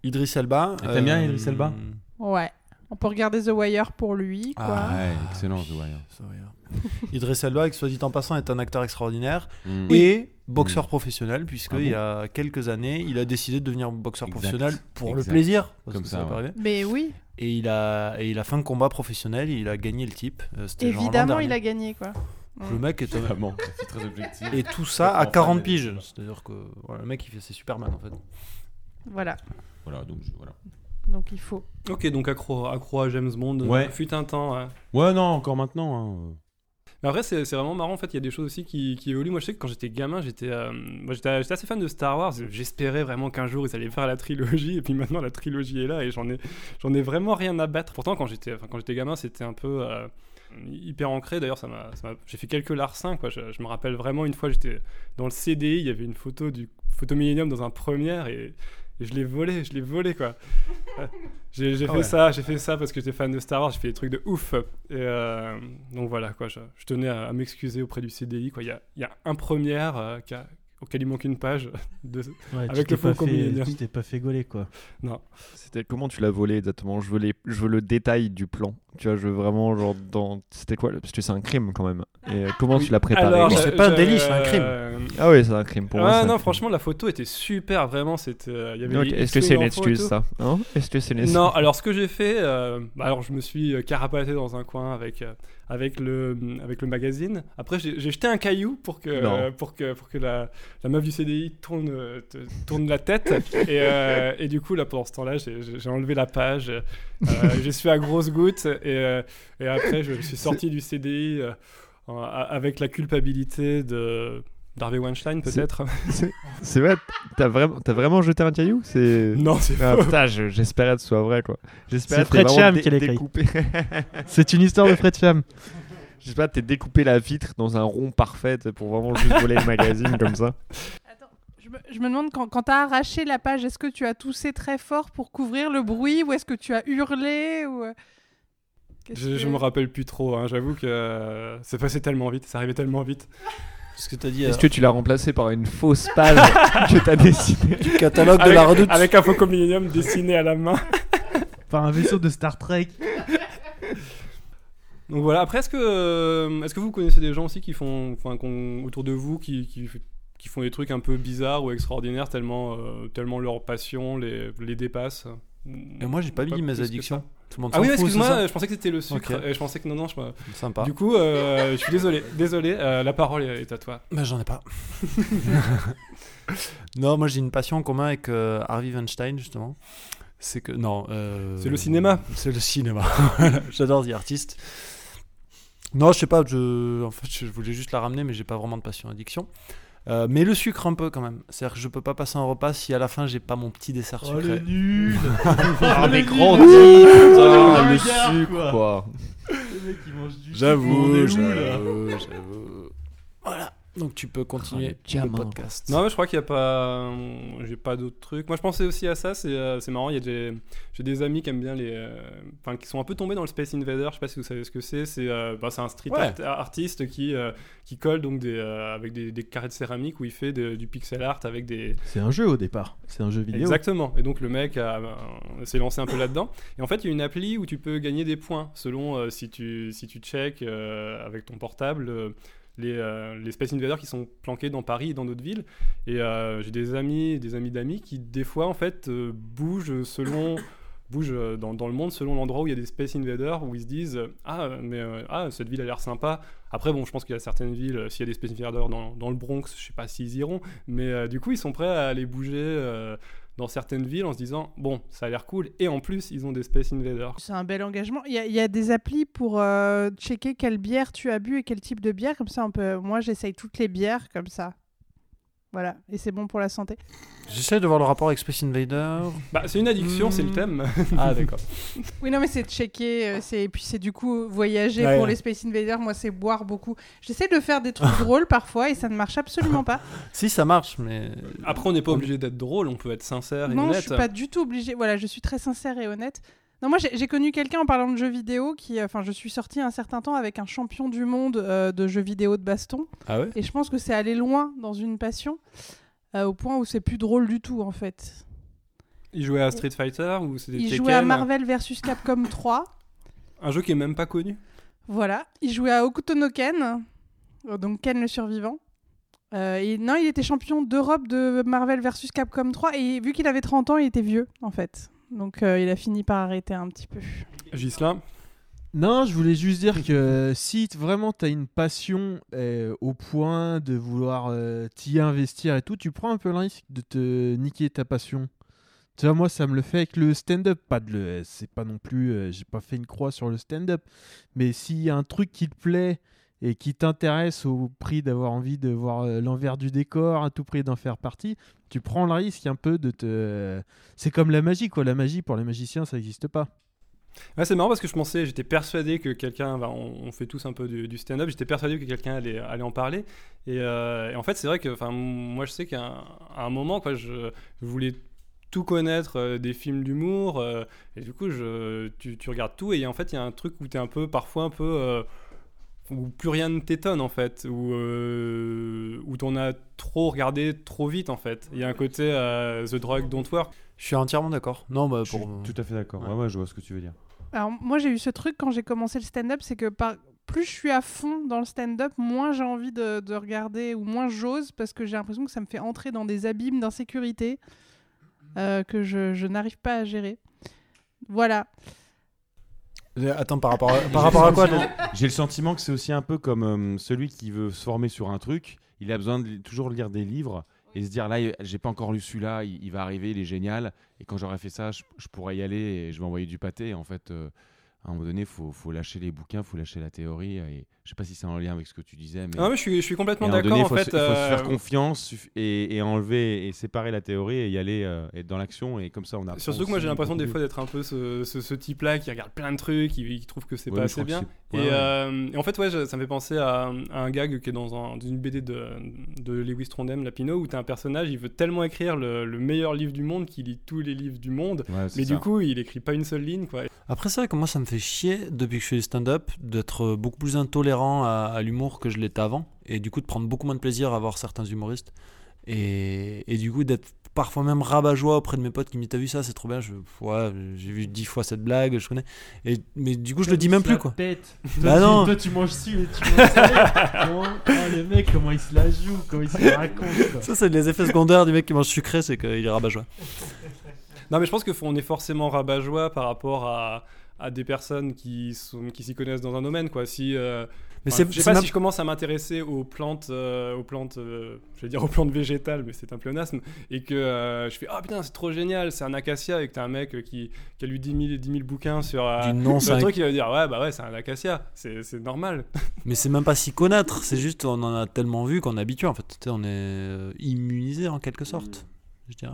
S2: Idris Elba. euh,
S4: Et t'aimes bien Idris Elba
S5: Ouais. On peut regarder The Wire pour lui, quoi.
S2: Ah,
S4: Ouais, excellent, The Wire.
S2: Ça, regarde. Idris Elba, qui soit dit en passant, est un acteur extraordinaire
S4: Mm.
S2: et boxeur professionnel, puisqu'il
S4: Ah
S2: il y
S4: bon
S2: a quelques années, il a décidé de devenir boxeur
S4: Exact.
S2: professionnel pour
S4: Exact.
S2: le plaisir. parce
S4: Comme
S2: que
S4: ça,
S2: va pas
S4: ouais.
S2: arriver.
S5: Mais oui,
S2: Et il, a, et il a fait un combat professionnel, il a gagné le type. Euh, c'était genre l'an
S5: évidemment, il a
S2: dernier.
S5: gagné, quoi.
S2: Le mec est un-
S4: Vraiment, c'est très objectif.
S2: Et tout ça à
S4: Enfin,
S2: 40
S4: des-
S2: piges. C'est-à-dire que voilà, le mec, il fait ses Superman en fait.
S5: Voilà.
S4: Voilà, donc je- voilà.
S5: Donc il faut.
S1: ok, donc accro, accro à James Bond,
S4: Ouais.
S1: fut un temps. ouais.
S4: Ouais, non, encore maintenant. hein.
S1: Mais après, c'est c'est vraiment marrant. En fait, il y a des choses aussi qui, qui évoluent. Moi, je sais que quand j'étais gamin, j'étais euh, moi, j'étais j'étais assez fan de Star Wars. J'espérais vraiment qu'un jour, ils allaient faire la trilogie. Et puis maintenant, la trilogie est là et j'en ai, j'en ai vraiment rien à battre. Pourtant, quand j'étais enfin, quand j'étais gamin, c'était un peu euh, hyper ancré. D'ailleurs, ça m'a, ça m'a- j'ai fait quelques larcins. Quoi. Je, je me rappelle vraiment une fois, j'étais dans le CDI, il y avait une photo du photo Millennium dans un première et, et je l'ai volé, je l'ai volé quoi. Ouais. J'ai j'ai
S2: Ah
S1: fait
S2: ouais.
S1: ça, j'ai fait ça parce que j'étais fan de Star Wars, j'ai fait des trucs de ouf. Et euh, donc voilà quoi, je, je tenais à, à m'excuser auprès du CDI quoi. Il y a, il y a un première euh, qui a- auquel il manque une page. De...
S6: Ouais,
S1: Avec
S6: tu
S1: le
S6: t'es pas
S1: faux
S6: fait-
S1: combiné.
S6: Tu t'es pas fait gauler, quoi.
S3: C'était comment tu l'as volé exactement je veux, les- je veux le détail du plan. Tu vois, je veux vraiment genre dans. C'était quoi le- Parce que c'est un crime quand même. Et euh, comment tu l'as préparé quoi
S2: c'est
S1: je-
S2: pas un
S1: je-
S2: délit, c'est un crime.
S1: euh,
S3: Ah oui, c'est un crime pour moi. c'est
S1: ah
S3: un
S1: non,
S3: crime.
S1: franchement, la photo était super, vraiment. C'était, euh, il y avait
S3: Ok,
S1: les
S3: Est-ce que c'est une
S1: X-Wing en photo.
S3: excuse ça Hein Est-ce que c'est une excuse
S1: Non, alors ce que j'ai fait, euh, bah, alors je me suis euh, carapaté dans un coin avec, euh, avec, le, mm, avec le magazine. Après, j'ai j'ai jeté un caillou pour que,
S3: Non.
S1: euh, pour que, pour que la, la meuf du CDI tourne, euh, te- tourne la tête. et, euh, et du coup, là, pendant ce temps-là, j'ai j'ai- j'ai enlevé la page. euh, j'ai su à grosses gouttes. Et, euh, et après, je suis sorti du CDI euh, en- a- avec la culpabilité de d'Harvey Weinstein,
S3: C'est-
S1: peut-être.
S3: C'est vrai T'as vraiment, t'as vraiment jeté un caillou C'est.
S1: non, c'est
S3: Ah,
S1: faux.
S3: putain, je- j'espérais que ce soit vrai quoi. J'espérais
S6: C'est
S3: que t'aies
S6: Fred
S3: vraiment
S6: Cham qui l'a écrit.
S3: découpé.
S6: C'est une histoire de Fred Cham.
S3: J'espère que t'es découpé la vitre dans un rond parfait pour vraiment juste voler le magazine comme ça.
S5: Je me, je me demande quand, quand t'as arraché la page, est-ce que tu as toussé très fort pour couvrir le bruit ou est-ce que tu as hurlé ou... euh, Qu'est-ce
S1: Je, je
S5: que-
S1: me rappelle plus trop, hein, j'avoue que euh, c'est passé tellement vite, ça arrivait tellement vite.
S2: Ce que t'as dit, euh,
S3: Est-ce que tu l'as remplacé par une fausse page que t'as décidé
S2: euh, catalogue de
S1: avec,
S2: la redoute.
S1: avec un faux comillénium dessiné à la main.
S6: Par un vaisseau de Star Trek.
S1: Donc voilà, après, est-ce que, euh, est-ce que vous connaissez des gens aussi qui font, enfin, qu'on- autour de vous, qui, qui, qui font des trucs un peu bizarres ou extraordinaires, tellement, euh, tellement leur passion les, les dépasse
S2: Et moi, j'ai pas
S1: Pas
S2: mis
S1: plus
S2: mes
S1: que
S2: addictions. Tout le monde
S1: Ah oui,
S2: s'en fout, c'est ça
S1: excuse-moi, je pensais que c'était le sucre,
S2: Ok. Ah.
S1: et je pensais que non, non, je,
S2: Sympa.
S1: du coup, euh, je suis désolé, désolé, euh, la parole est à toi.
S2: Mais j'en ai pas. non, moi j'ai une passion en commun avec euh, Harvey Weinstein justement. C'est que non. euh,
S1: C'est le cinéma.
S2: C'est le cinéma. Voilà, J'adore The Artist. Non, je sais pas. Je, en fait, je voulais juste la ramener, mais j'ai pas vraiment de passion addiction. Euh, mais le sucre un peu quand même. C'est-à-dire que je peux pas passer un repas si à la fin j'ai pas mon petit dessert
S8: Oh,
S2: sucré.
S6: nul
S3: Ah mais grandi
S6: le
S3: hein, le
S6: regard,
S3: sucre
S6: quoi.
S3: quoi.
S6: Le mec, il mange du
S2: J'avoue,
S6: sucre, on est où, là
S2: j'avoue, j'avoue. Voilà.
S9: Donc tu peux continuer le
S3: diamant.
S9: podcast.
S1: Non, mais je crois qu'il n'y a pas. euh, J'ai pas d'autres trucs. Moi, je pensais aussi à ça. C'est euh, c'est marrant. il y a des- J'ai des amis qui aiment bien les. euh, Enfin, qui sont un peu tombés dans le Space Invader. Je sais pas si vous savez ce que c'est. C'est euh, bah, c'est un street
S9: Ouais.
S1: art- artiste qui, euh, qui colle donc des, euh, avec des, des carrés de céramique où il fait de- du pixel art avec des.
S8: C'est un jeu au départ. C'est un jeu vidéo.
S1: Exactement. Et donc, le mec a, euh, s'est lancé un peu là-dedans. Et en fait, il y a une appli où tu peux gagner des points selon euh, si tu, si tu check euh, avec ton portable. euh, les, euh, les Space Invaders qui sont planqués dans Paris et dans d'autres villes. Et euh, j'ai des amis, des amis d'amis qui, des fois, en fait, euh, bougent selon. bougent euh, dans, dans le monde selon l'endroit où il y a des Space Invaders où ils se disent euh, ah mais euh, ah cette ville a l'air sympa après bon je pense qu'il y a certaines villes euh, s'il y a des Space Invaders dans, dans le Bronx je sais pas s'ils iront mais euh, du coup ils sont prêts à aller bouger euh, dans certaines villes en se disant bon ça a l'air cool et en plus ils ont des Space Invaders
S5: C'est un bel engagement. Il y, a- il y a des applis pour euh, checker quelle bière tu as bu et quel type de bière. Comme ça, on peut. Moi, j'essaye toutes les bières comme ça. Voilà. Et c'est bon pour la santé.
S2: J'essaie de voir le rapport avec Space Invader.
S1: bah c'est une addiction c'est le
S5: Mm.
S1: thème
S2: Ah, d'accord.
S5: Oui, non, mais c'est checker. euh, c'est et puis c'est du coup voyager
S2: Ah. Ouais.
S5: pour les Space Invaders. Moi, c'est boire beaucoup. J'essaie de faire des trucs drôles parfois et ça ne marche absolument pas.
S2: si, ça marche, mais.
S1: après on n'est pas obligé d'être drôle on peut être sincère et
S5: Non,
S1: honnête
S5: je suis pas du tout obligée. Voilà, je suis très sincère et honnête. Non, moi, j'ai j'ai connu quelqu'un en parlant de jeux vidéo qui, euh, enfin, je suis sortie un certain temps avec un champion du monde euh, de jeux vidéo de baston.
S9: Ah ouais
S5: Et je pense que c'est aller loin dans une passion euh, au point où c'est plus drôle du tout en fait.
S1: Il jouait à Street Fighter ou c'était
S5: Il
S1: Tekken
S5: jouait à Marvel vs Capcom 3.
S1: Un jeu qui est même pas connu.
S5: Voilà. Il jouait à Hokuto no Ken, euh, donc Ken le survivant. Euh, et non, il était champion d'Europe de Marvel vs Capcom 3 et vu qu'il avait 30 ans, il était vieux en fait. Donc euh, il a fini par arrêter un petit peu.
S1: Gislain
S6: Non, je voulais juste dire que euh, si t- vraiment t'as une passion euh, au point de vouloir euh, t'y investir et tout, tu prends un peu le risque de te niquer ta passion. Tu vois, moi, ça me le fait avec le stand-up. Pas de le, c'est pas non plus, euh, j'ai pas fait une croix sur le stand-up. Mais s'il y a un truc qui te plaît et qui t'intéresse au prix d'avoir envie de voir euh, l'envers du décor, à tout prix d'en faire partie, tu prends le risque un peu de te. euh, C'est comme la magie, quoi. La magie, pour les magiciens, ça n'existe pas.
S1: Ouais, c'est marrant parce que je pensais, j'étais persuadé que quelqu'un, bah, on, on fait tous un peu du, du stand-up, j'étais persuadé que quelqu'un allait, allait en parler. Et, euh, et en fait, c'est vrai que, enfin, moi, je sais qu'à un, à un moment, quoi, je, je voulais tout connaître euh, des films d'humour, euh, et du coup, je, tu, tu regardes tout, et en fait, il y a un truc où tu es un peu, parfois, un peu. euh, où plus rien ne t'étonne en fait, où, euh, où t'en as trop regardé trop vite en fait. Il y a un côté euh, The Drug Don't Work.
S2: Je suis entièrement d'accord. Non, bah, pour.
S4: Je suis tout à fait d'accord. Ouais.
S2: Ouais.
S4: ouais, je vois ce que tu veux dire.
S5: Alors moi j'ai eu ce truc quand j'ai commencé le stand-up, c'est que par- plus je suis à fond dans le stand-up, moins j'ai envie de, de regarder ou moins j'ose parce que j'ai l'impression que ça me fait entrer dans des abîmes d'insécurité euh, que je, je n'arrive pas à gérer. Voilà.
S9: Euh, Attends, par rapport à,
S4: J'ai
S9: par rapport à
S4: le
S9: quoi
S4: sentiment- J'ai le sentiment que c'est aussi un peu comme euh, celui qui veut se former sur un truc. Il a besoin de li- toujours lire des livres et se dire là, euh, j'ai pas encore lu celui-là, il, il va arriver, il est génial. Et quand j'aurai fait ça, je, je pourrai y aller et je vais envoyer du pâté. Et en fait, euh, à un moment donné, faut, faut lâcher les bouquins, faut lâcher la théorie. Et je sais pas si c'est en lien avec ce que tu disais, mais.
S1: Ah, mais je suis, je suis
S4: Et à
S1: complètement
S4: un moment
S1: d'accord
S4: donné,
S1: en
S4: il faut,
S1: fait.
S4: se, il faut se faire
S1: euh,
S4: confiance suff- et, et enlever et séparer la théorie et y aller, euh, être dans l'action et comme ça on a.
S1: Surtout que moi j'ai l'impression des fois d'être un peu ce, ce- ce type-là qui regarde plein de trucs, qui, qui trouve que c'est pas assez bien. Et, euh, et en fait, ouais, je- ça me fait penser à, à un gag qui est dans, un- dans une BD de, de Lewis Trondheim, Lapino, où t'as un personnage, il veut tellement écrire le, le meilleur livre du monde qu'il lit tous les livres du monde, mais du coup, il écrit pas une seule ligne, quoi.
S2: Après, c'est vrai que moi, ça me fait chier depuis que je fais du stand-up d'être euh, beaucoup plus intolérant à, à l'humour que je l'étais avant. Et du coup, de prendre beaucoup moins de plaisir à voir certains humoristes. Et, et du coup, d'être parfois même rabat-joie auprès de mes potes qui me disent T'as vu ça, c'est trop bien. Je, ouais, j'ai vu dix fois cette blague, je connais. Et, mais du coup, je le dis même plus, quoi.
S8: Pète.
S2: Bah
S8: toi,
S2: non.
S8: Tu, toi, tu manges ci et tu manges ça. Comment- oh, le mec, comment il se la joue, comment il se la raconte. quoi.
S2: Ça, c'est les effets secondaires du mec qui mange sucré, c'est qu'il est rabat-joie.
S1: Non, mais je pense que faut- on est forcément rabat-joie par rapport à, à des personnes qui sont- qui s'y connaissent dans un domaine, quoi. Si. euh,
S2: Mais
S1: Enfin,
S2: c'est
S1: je sais
S2: c'est
S1: pas
S2: ma-
S1: si je commence à m'intéresser aux plantes, euh, aux plantes, euh, je vais dire aux plantes végétales, mais c'est un pléonasme, et que euh, je fais ah putain c'est trop génial, c'est un acacia, et que t'as un mec euh, qui, qui a lu 10 000, 10 000 bouquins sur euh,
S2: du non,
S1: sur
S2: c'est
S1: un
S2: un-
S1: truc, il va dire ouais bah ouais c'est un acacia, c'est c'est normal.
S2: Mais c'est même pas s'y connaître, c'est juste on en a tellement vu qu'on est habitué en fait. Tu sais, on est euh, immunisé en quelque sorte, je dirais.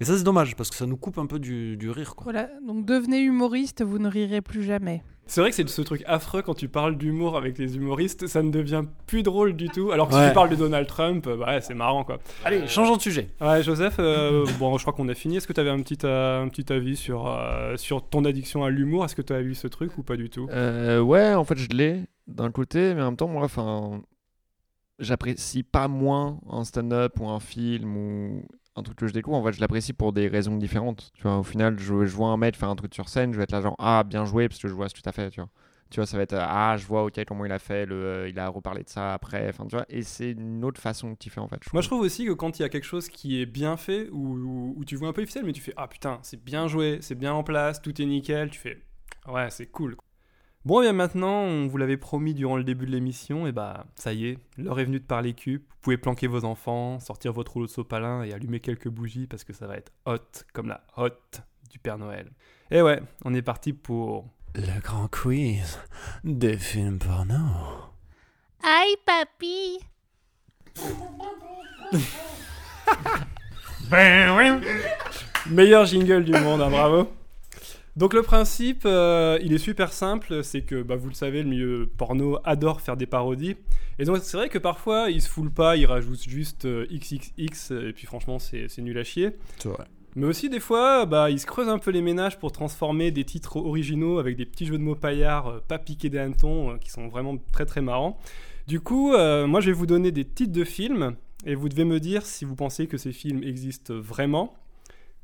S2: Et Et ça, c'est dommage parce que ça nous coupe un peu du, du rire. Quoi.
S5: Voilà, donc devenez humoriste, vous ne rirez plus jamais.
S1: C'est vrai que c'est ce truc affreux quand tu parles d'humour avec les humoristes, ça ne devient plus drôle du tout. Alors que si
S2: Ouais.
S1: tu parles de Donald Trump, euh, bah ouais, c'est marrant quoi.
S2: Allez, changeons de sujet.
S1: Ouais, Joseph, euh, bon, je crois qu'on a fini. Est-ce que tu avais un petit, euh, un petit avis sur, euh, sur ton addiction à l'humour Est-ce que tu as vu ce truc ou pas du tout
S3: Euh, ouais, en fait, je l'ai d'un côté, mais en même temps, moi, enfin, j'apprécie pas moins un stand-up ou un film ou un truc que je découvre. En fait, je l'apprécie pour des raisons différentes. Tu vois, au final, je, je vois un mec faire un truc sur scène, je vais être là genre ah bien joué parce que je vois ce que t'as fait. Tu vois, tu vois, ça va être ah je vois ok comment il a fait, le, euh, il a reparlé de ça après. Enfin, tu vois, et c'est une autre façon que tu fais en fait.
S1: Moi, je trouve aussi que quand il y a quelque chose qui est bien fait, où, où- où tu vois un peu les ficelles, mais tu fais Ah putain, c'est bien joué, c'est bien en place, tout est nickel, tu fais Ouais, c'est cool. Bon, et bien maintenant, on vous l'avait promis durant le début de l'émission, et bah ça y est, l'heure est venue de parler cube. Vous pouvez planquer vos enfants, sortir votre rouleau de sopalin et allumer quelques bougies parce que ça va être hot, comme la hot du Père Noël. Et ouais, on est parti pour.
S2: Le grand quiz des films porno.
S10: Aïe, papy
S1: Meilleur jingle du monde, hein, bravo. Donc le principe, euh, il est super simple, c'est que bah, vous le savez, le milieu porno adore faire des parodies. Et donc c'est vrai que parfois ils se foulent pas, ils rajoutent juste euh, XXX, et puis franchement c'est c'est nul à chier.
S9: C'est vrai.
S1: Mais aussi des fois, bah, ils se creusent un peu les ménages pour transformer des titres originaux avec des petits jeux de mots paillards, euh, pas piqués des hannetons, euh, qui sont vraiment très très marrants. Du coup, euh, moi je vais vous donner des titres de films, et vous devez me dire si vous pensez que ces films existent vraiment,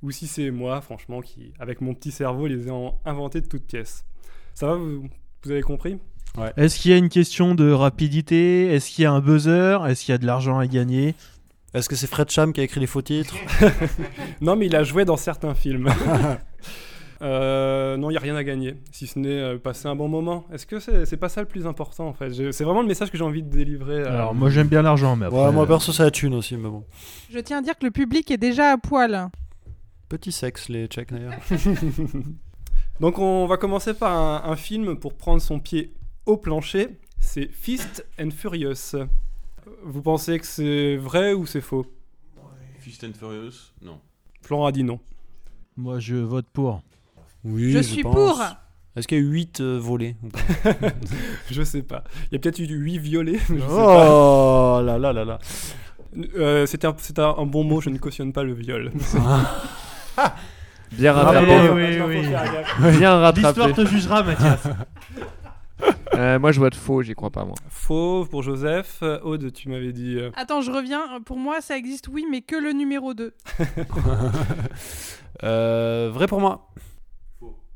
S1: ou si c'est moi, franchement, qui, avec mon petit cerveau, les ai en- inventés de toutes pièces. Ça va, vous, vous avez compris
S8: Est-ce qu'il y a une question de rapidité Est-ce qu'il y a un buzzer Est-ce qu'il y a de l'argent à gagner
S2: Est-ce que c'est Fred Cham qui a écrit les faux titres
S1: Non, mais il a joué dans certains films. Euh, non, il n'y a rien à gagner, si ce n'est euh, passer un bon moment. Est-ce que c'est c'est pas ça le plus important en fait J'ai- C'est vraiment le message que j'ai envie de délivrer. euh,
S8: Alors, moi, j'aime bien l'argent, mais après. euh,
S2: Ouais, moi perso, c'est la thune aussi, mais bon.
S5: Je tiens à dire que le public est déjà à poil.
S2: Petit sexe, les tchèques d'ailleurs.
S1: Donc on va commencer par un, un film pour prendre son pied au plancher. C'est Fist and Furious. Vous pensez que c'est vrai ou c'est faux
S4: Fist and Furious Non.
S1: Florent a dit non.
S8: euh, Moi, je vote pour.
S2: Oui,
S5: je, suis pour.
S2: Est-ce qu'il y a eu 8 volets ou pas
S1: Je sais pas. Il y a peut-être eu 8 violets. je sais pas.
S2: Oh là là là là.
S1: Euh, c'était un, c'était un bon mot, je ne cautionne pas le viol.
S3: Bien
S8: Ah,
S3: rattrapé,
S8: bon, oui, oui.
S3: bien rattrapé.
S8: L'histoire te jugera, Mathias.
S3: Euh, moi, je vois de faux, j'y crois pas moi.
S1: Faux pour Joseph. Aude, tu m'avais dit. euh,
S5: Attends, je reviens. Pour moi, ça existe, oui, mais que le numéro 2.
S2: Euh, vrai pour moi.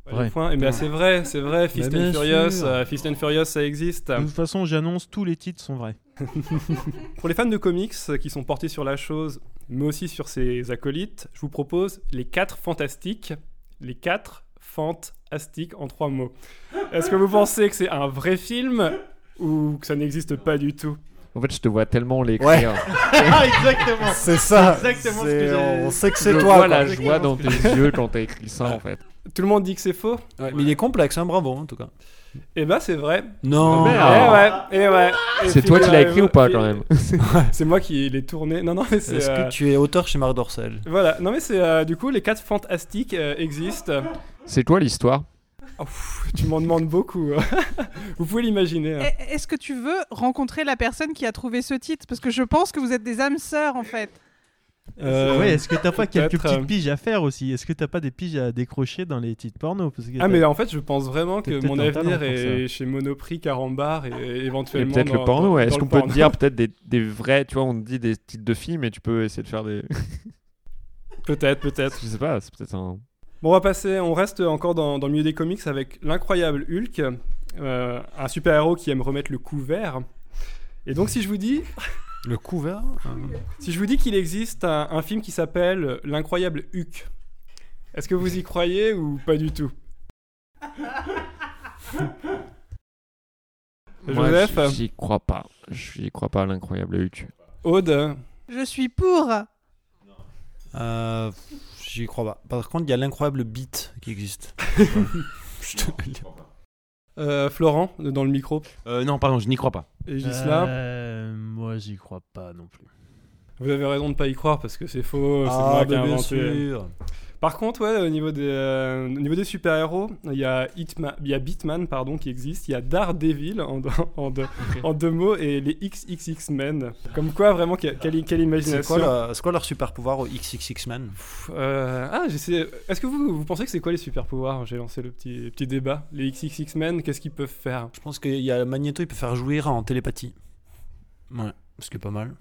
S1: les
S8: Vrai.
S1: points. Eh ben, c'est vrai, c'est vrai. Fist
S2: Mais Bah, bien
S1: and Furious,
S2: sûr. Mm.
S1: euh, Fist and Furious, ça existe.
S8: De toute façon, j'annonce tous les titres sont vrais.
S1: Pour les fans de comics euh, qui sont portés sur la chose, mais aussi sur ses acolytes, je vous propose les 4 fantastiques. Les 4 fantastiques en trois mots. Est-ce que vous pensez que c'est un vrai film ou que ça n'existe pas du tout
S3: En fait, je te vois tellement l'écrire.
S9: C'est ça.
S8: Exactement ce
S9: C'est-
S8: que j'ai-
S9: On sait que
S3: Je
S9: c'est toi.
S3: vois
S9: quoi.
S3: la joie dans tes yeux quand t'as écrit ça en fait.
S1: Tout le monde dit que c'est faux
S2: Ouais, Mais il est complexe, hein, bravo en tout cas.
S1: Eh ben c'est vrai.
S2: Non.
S1: Eh ouais, eh ouais. Et
S3: Ah. C'est toi qui l'as écrit ou pas quand
S1: figurez-vous-
S3: même
S1: C'est moi qui l'ai tourné. Non, non, mais c'est.
S2: Est-ce
S1: euh,
S2: que tu es auteur chez Marc Dorcel
S1: Voilà, non mais c'est euh, du coup les quatre fantastiques euh, existent.
S3: C'est quoi l'histoire
S1: Oh, pff, tu m'en demandes beaucoup. hein. Vous pouvez l'imaginer. hein.
S5: Eh, Est-ce que tu veux rencontrer la personne qui a trouvé ce titre Parce que je pense que vous êtes des âmes sœurs, en fait.
S1: Euh,
S8: ouais, est-ce que t'as pas quelques
S1: peut-être, euh,
S8: petites piges à faire aussi Est-ce que t'as pas des piges à décrocher dans les titres porno Parce que
S1: Ah
S8: t'as-
S1: mais en fait je pense vraiment que
S8: T'es peut-être
S1: mon
S8: un talent
S1: avenir
S8: pour
S1: est chez Monoprix, Carambar et, et
S3: Et
S1: éventuellement
S3: peut-être
S1: dans-
S3: le porno,
S1: dans-
S3: ouais.
S1: dans
S3: Est-ce
S1: le
S3: qu'on peut te
S1: porno.
S3: dire peut-être des, des vrais, tu vois, on te dit des titres de films et tu peux essayer de faire des.
S1: Peut-être, peut-être.
S3: Je sais pas, c'est peut-être un.
S1: Bon, on va passer, on reste encore dans, dans le milieu des comics avec l'incroyable Hulk, euh, un super-héros qui aime remettre le couvert. Et donc si je vous dis
S2: Le couvert
S1: Si je vous dis qu'il existe un, un film qui s'appelle L'incroyable Huck, est-ce que vous y croyez ou pas du tout
S3: Moi,
S1: Joseph,
S3: j'y- j'y crois pas. J'y crois pas à l'incroyable Hulk.
S1: Aude,
S5: Je suis pour.
S2: euh, J'y crois pas. Par contre, il y a l'incroyable beat qui existe. Je te le dis.
S1: Oh, euh, Florent, dans le micro,
S4: Euh, non, pardon, je n'y crois pas.
S1: et Gisela.
S8: Euh, moi, j'y crois pas non plus.
S1: Vous avez raison de ne pas y croire parce que c'est faux, c'est
S2: Ah,
S1: moi
S2: bah,
S1: qui ai
S2: bien
S1: inventé.
S2: sûr.
S1: Par contre, ouais, au niveau des, euh, au niveau des super-héros, il y a Hitman, il y a Beatman pardon, qui existe, il y a Daredevil en, en deux, en deux mots et les XXX Men. Comme quoi, vraiment, que- quelle, quelle imagination.
S2: C'est quoi, la- c'est quoi leur super pouvoir au XXX Men
S1: Euh, ah, j'essaie. Est-ce que vous, vous pensez que c'est quoi les super pouvoirs J'ai lancé le petit, petit débat. Les XXX Men, qu'est-ce qu'ils peuvent faire
S2: Je pense qu'il y a Magneto, il peut faire jouir en télépathie. Ouais, ce qui est pas mal.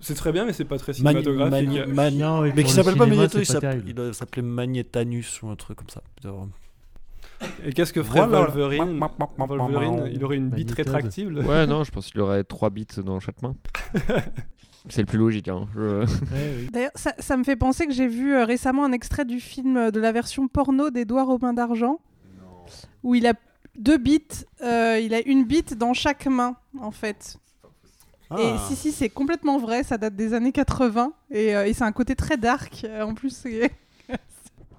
S1: C'est très bien, mais c'est pas très
S2: Mag-
S1: cinématographique.
S2: Mag-
S1: Euh,
S2: Mag-
S8: Non, et
S2: mais
S8: pour
S2: qui
S8: le
S2: s'appelle pas
S8: cinéma,
S2: Magneto,
S8: c'est
S2: il
S8: pas
S2: s'appelle-
S8: terrible.
S2: il doit s'appeler Magnetanus ou un truc comme ça. Peut-être.
S1: Et qu'est-ce que ferait
S2: Voilà.
S1: Wolverine Wolverine, il aurait une bite
S3: Magnitude.
S1: rétractible.
S3: Ouais, non, je pense qu'il aurait 3 bits dans chaque main. c'est le plus logique. Hein. Je-
S5: D'ailleurs, ça, ça me fait penser que j'ai vu euh, récemment un extrait du film euh, de la version porno d'Edouard Robin d'Argent, où il a deux bites, euh, il a une bite dans chaque main, en fait. Et
S10: Ah.
S5: si, si, c'est complètement vrai, ça date des années 80, et, euh, et c'est un côté très dark, euh, en plus. c'est-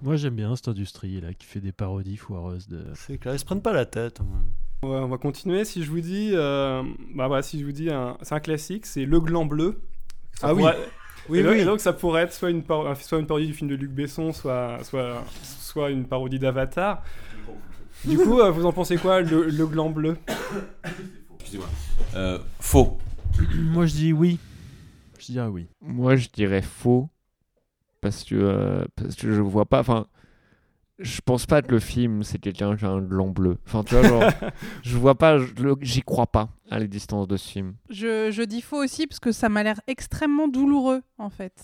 S8: Moi j'aime bien cette industrie là qui fait des parodies foireuses de.
S2: C'est clair, ils se prennent pas la tête. hein.
S1: Ouais, on va continuer. Si je vous dis, euh, bah voilà, si je vous dis, un- c'est un classique, c'est Le Gland Bleu. Ça
S2: Ah oui.
S1: pourrait-
S2: Oui,
S1: et donc-
S2: oui.
S1: et donc ça pourrait être soit une, paro- soit une parodie du film de Luc Besson, soit, soit, soit une parodie d'Avatar. Du coup, euh, vous en pensez quoi, le, le Gland Bleu
S4: Excusez-moi. Euh, faux.
S8: Moi je dis oui. Je dirais oui.
S3: Moi, je dirais faux. Parce que, euh, parce que je vois pas. Enfin, je pense pas que le film, c'est quelqu'un qui a un gland bleu. Enfin, tu vois, genre, je vois pas, je- le- j'y crois pas à les distances de ce film.
S5: Je, je dis faux aussi, parce que ça m'a l'air extrêmement douloureux, en fait.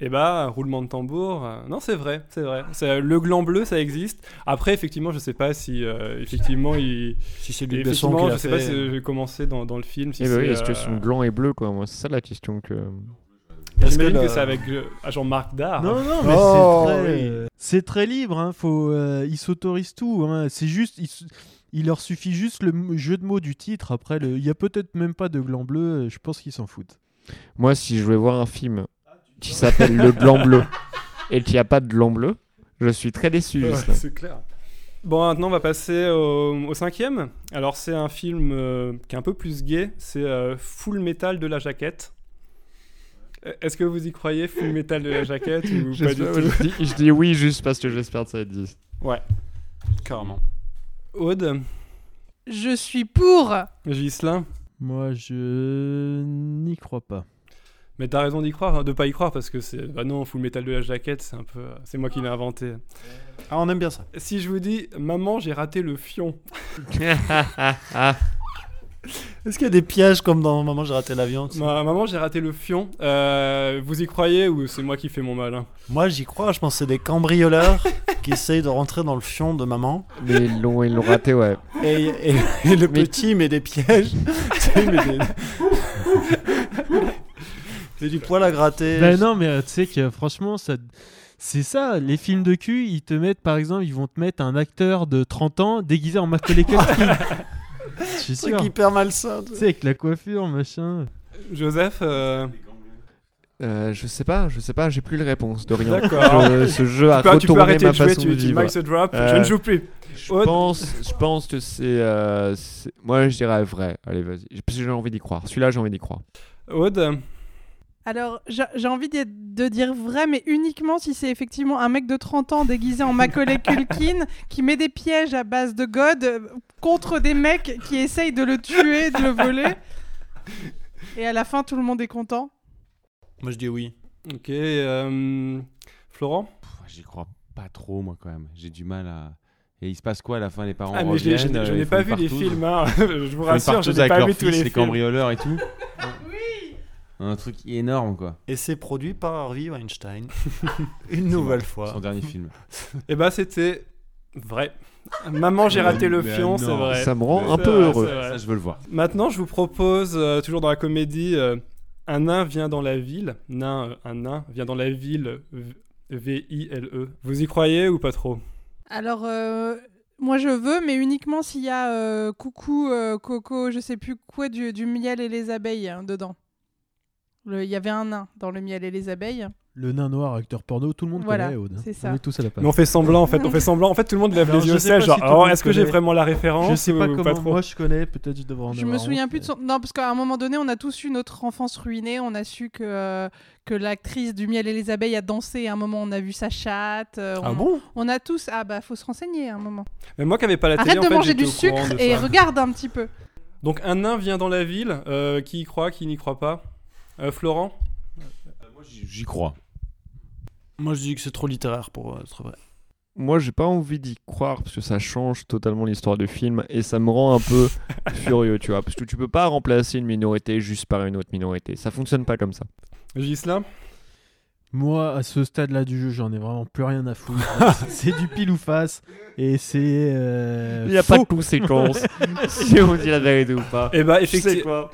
S1: Eh bah, roulement de tambour. euh, non, c'est vrai, c'est vrai. C'est- euh, le gland bleu, ça existe. Après, effectivement, je sais pas si euh, effectivement il.
S2: Si c'est Luc Besson
S1: effectivement,
S2: qui
S1: je
S2: l'a
S1: sais
S2: fait.
S1: pas si euh, j'ai commencé dans, dans le film. Si
S3: Eh ben oui,
S1: c'est,
S3: est-ce que son
S1: euh,
S3: gland est bleu, quoi Moi, c'est ça la question que.
S8: Est-ce
S1: J'imagine
S8: que
S1: que,
S8: la-
S1: c'est avec euh, ah, Jean-Marc Dard.
S8: Non, non, mais c'est très, euh, c'est très libre. Hein. Faut, euh, ils s'autorisent tout. hein. C'est juste, ils s- il leur suffit juste le m- jeu de mots du titre. Après, le- il y a peut-être même pas de gland bleu. euh, Je pense qu'ils s'en foutent.
S3: Moi, si je vais voir un film qui s'appelle Le Gland Bleu et qu'il n'y a pas de gland bleu, je suis très déçu.
S1: Ouais,
S3: justement.
S1: c'est clair. Bon, maintenant, on va passer au, au cinquième. Alors, c'est un film euh, qui est un peu plus gay. C'est euh, Full Metal de la jaquette. Euh, Est-ce que vous y croyez, Full Metal de la jaquette ou pas du
S3: J'espère-
S1: tout
S3: je, dis, je dis oui juste parce que j'espère que ça existe.
S1: Ouais.
S2: Carrément.
S1: Aude,
S5: Je suis pour
S1: Gislin,
S8: Moi, je n'y crois pas.
S1: mais t'as raison d'y croire, hein, de pas y croire parce que c'est bah non, Full Metal de la jaquette, c'est un peu, euh, c'est moi qui l'ai inventé.
S2: Ah, on aime bien ça.
S1: Si je vous dis, maman, j'ai raté le fion.
S2: Est-ce qu'il y a des pièges comme dans Maman, j'ai raté l'avion tu sais
S1: Ma- maman, j'ai raté le fion. Euh, vous y croyez ou c'est moi qui fais mon malin
S2: Moi, j'y crois. Je pense que c'est des cambrioleurs qui essayent de rentrer dans le fion de maman.
S3: Mais ils l'ont ils l'ont raté, ouais.
S2: Et, et- et le petit met des pièges. Tu sais, il met des- C'est du poil à gratter.
S8: Ben non, mais euh, tu sais que franchement, ça... c'est ça. Les films de cul, ils te mettent, par exemple, ils vont te mettre un acteur de 30 ans déguisé en Macaulay Culkin. Je suis
S2: C'est un
S8: sûr.
S2: truc hyper malsain.
S8: Tu sais, avec la coiffure, machin.
S1: Joseph, euh,
S3: Euh, je sais pas, je sais pas, j'ai plus les réponses de rien.
S1: D'accord.
S3: Je- ce jeu a
S1: Bah, tu peux, tu peux
S3: retourné
S1: arrêter
S3: Ah, ma
S1: de jouer,
S3: façon
S1: tu,
S3: de
S1: tu
S3: vivre.
S1: max the drop, je
S3: Euh,
S1: ne joue plus.
S3: Je
S1: Aude,
S3: pense, je pense que c'est, euh, c'est- moi je dirais vrai. Allez vas-y, parce que j'ai envie d'y croire. Celui-là j'ai envie d'y croire.
S1: Aude,
S5: Alors, j'a- j'ai envie d'y- de dire vrai, mais uniquement si c'est effectivement un mec de 30 ans déguisé en Macaulay Culkin qui met des pièges à base de God euh, contre des mecs qui essayent de le tuer, de le voler. Et à la fin, tout le monde est content.
S2: Moi, je dis oui.
S1: ok, euh, Florent.
S4: Pff, J'y crois pas trop, moi, quand même. J'ai du mal à. Et il se passe quoi à la fin Les parents
S1: Ah, mais je l'ai-
S4: reviennent
S1: je n'ai- je
S4: euh,
S1: n'ai
S4: ils
S1: pas
S4: font
S1: vu les
S4: partouze.
S1: films, hein. Je vous
S4: Ils
S1: rassure,
S4: font
S1: je
S4: partouze
S1: n'ai
S4: avec
S1: pas
S4: leur
S1: vu tous
S4: fils,
S1: les
S4: les
S1: films.
S4: cambrioleurs et tout. Un truc énorme, quoi.
S2: Et c'est produit par Harvey Weinstein. Une nouvelle fois.
S4: Son dernier film.
S1: Eh ben, c'était vrai. Maman, j'ai raté le
S4: Euh, Mais
S1: fion,
S4: non.
S1: c'est vrai.
S3: Ça me rend un
S1: C'est
S3: peu
S1: vrai,
S3: heureux.
S1: c'est vrai.
S4: Ça, je veux le voir.
S1: Maintenant, je vous propose, euh, toujours dans la comédie, euh, un nain vient dans la ville. Nain, euh, un nain vient dans la ville. V- V-I-L-E. Vous y croyez ou pas trop
S5: Alors, euh, moi je veux, mais uniquement s'il y a euh, coucou, euh, coco, je sais plus quoi, du, du miel et les abeilles hein, dedans. Le- Il y avait un nain dans le miel et les abeilles.
S8: Le nain noir, acteur porno, tout le monde
S5: Voilà,
S8: connaît Aude. hein.
S5: c'est
S8: On
S5: ça.
S8: est tous à la page.
S1: Mais on fait semblant en fait, on fait semblant. En fait, tout le monde lève
S8: Alors,
S1: les
S8: je
S1: yeux au
S8: sais pas
S1: ciel,
S8: si
S1: genre
S8: tout le
S1: oh,
S8: monde
S1: est-ce que j'ai
S8: connaît.
S1: vraiment la référence
S8: Je sais pas
S1: ou
S8: comment.
S1: euh, trop
S8: moi, je connais, peut-être je devrais en
S5: Je
S8: avoir
S5: me
S8: honte,
S5: souviens plus de
S8: mais-
S5: son. Non, parce qu'à un moment donné, on a tous eu notre enfance ruinée. On a su que, euh, que l'actrice du miel et les abeilles a dansé. À un moment, on a vu sa chatte. euh,
S1: Ah
S5: on-
S1: bon
S5: On a tous. Ah bah, faut se renseigner à un moment.
S1: Mais moi qui avais pas la télé,
S5: Arrête
S1: Ah, en
S5: de
S1: fait,
S5: manger
S1: j'étais
S5: du
S1: au courant
S5: sucre
S1: de
S5: et
S1: ça.
S5: regarde un petit peu.
S1: Donc un nain vient dans la ville, euh, qui y croit, qui n'y croit pas. Euh, Florent
S4: J'y crois.
S2: Moi, je dis que c'est trop littéraire pour euh, être vrai.
S3: Moi, j'ai pas envie d'y croire parce que ça change totalement l'histoire du film et ça me rend un peu furieux, tu vois. Parce que tu peux pas remplacer une minorité juste par une autre minorité. Ça fonctionne pas comme ça.
S1: Gisela
S8: Moi, à ce stade-là du jeu, j'en ai vraiment plus rien à foutre. c'est du pile ou face. Et c'est. euh,
S3: Il n'y a pas de
S8: faux.
S3: conséquences si on dit la vérité ou pas.
S1: Eh bah,
S3: Tu sais
S1: effecti-
S3: quoi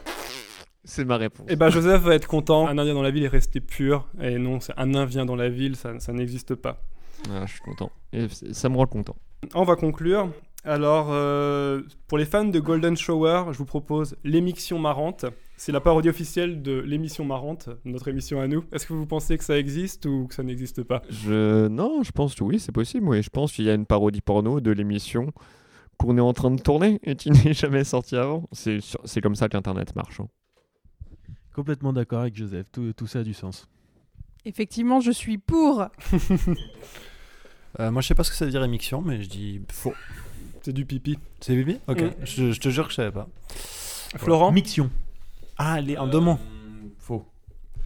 S3: C'est ma réponse.
S1: Eh ben Joseph va être content. Un indien dans la ville est resté pur. Et non, c'est un nain vient dans la ville, ça, ça n'existe pas.
S3: Ah, je suis content. Et c- ça me rend content.
S1: On va conclure. Alors, euh, pour les fans de Golden Shower, je vous propose l'émission marrante. C'est la parodie officielle de l'émission marrante, notre émission à nous. Est-ce que vous pensez que ça existe ou que ça n'existe pas
S3: Je... Non, je pense que oui, c'est possible. Oui, je pense qu'il y a une parodie porno de l'émission qu'on est en train de tourner et qui n'est jamais sortie avant. C'est sur- c'est comme ça qu'Internet marche. hein.
S8: Complètement d'accord avec Joseph. Tout, tout ça a du sens.
S5: Effectivement, je suis pour.
S2: Euh, moi, je sais pas ce que ça veut dire émission, mais je dis faux.
S1: C'est du pipi.
S2: C'est bibi Ok,
S1: Mm.
S2: je, je te jure que je savais pas.
S1: Florent
S8: Mixion.
S2: Ah, les en deux mots.
S4: Faux.
S1: Euh,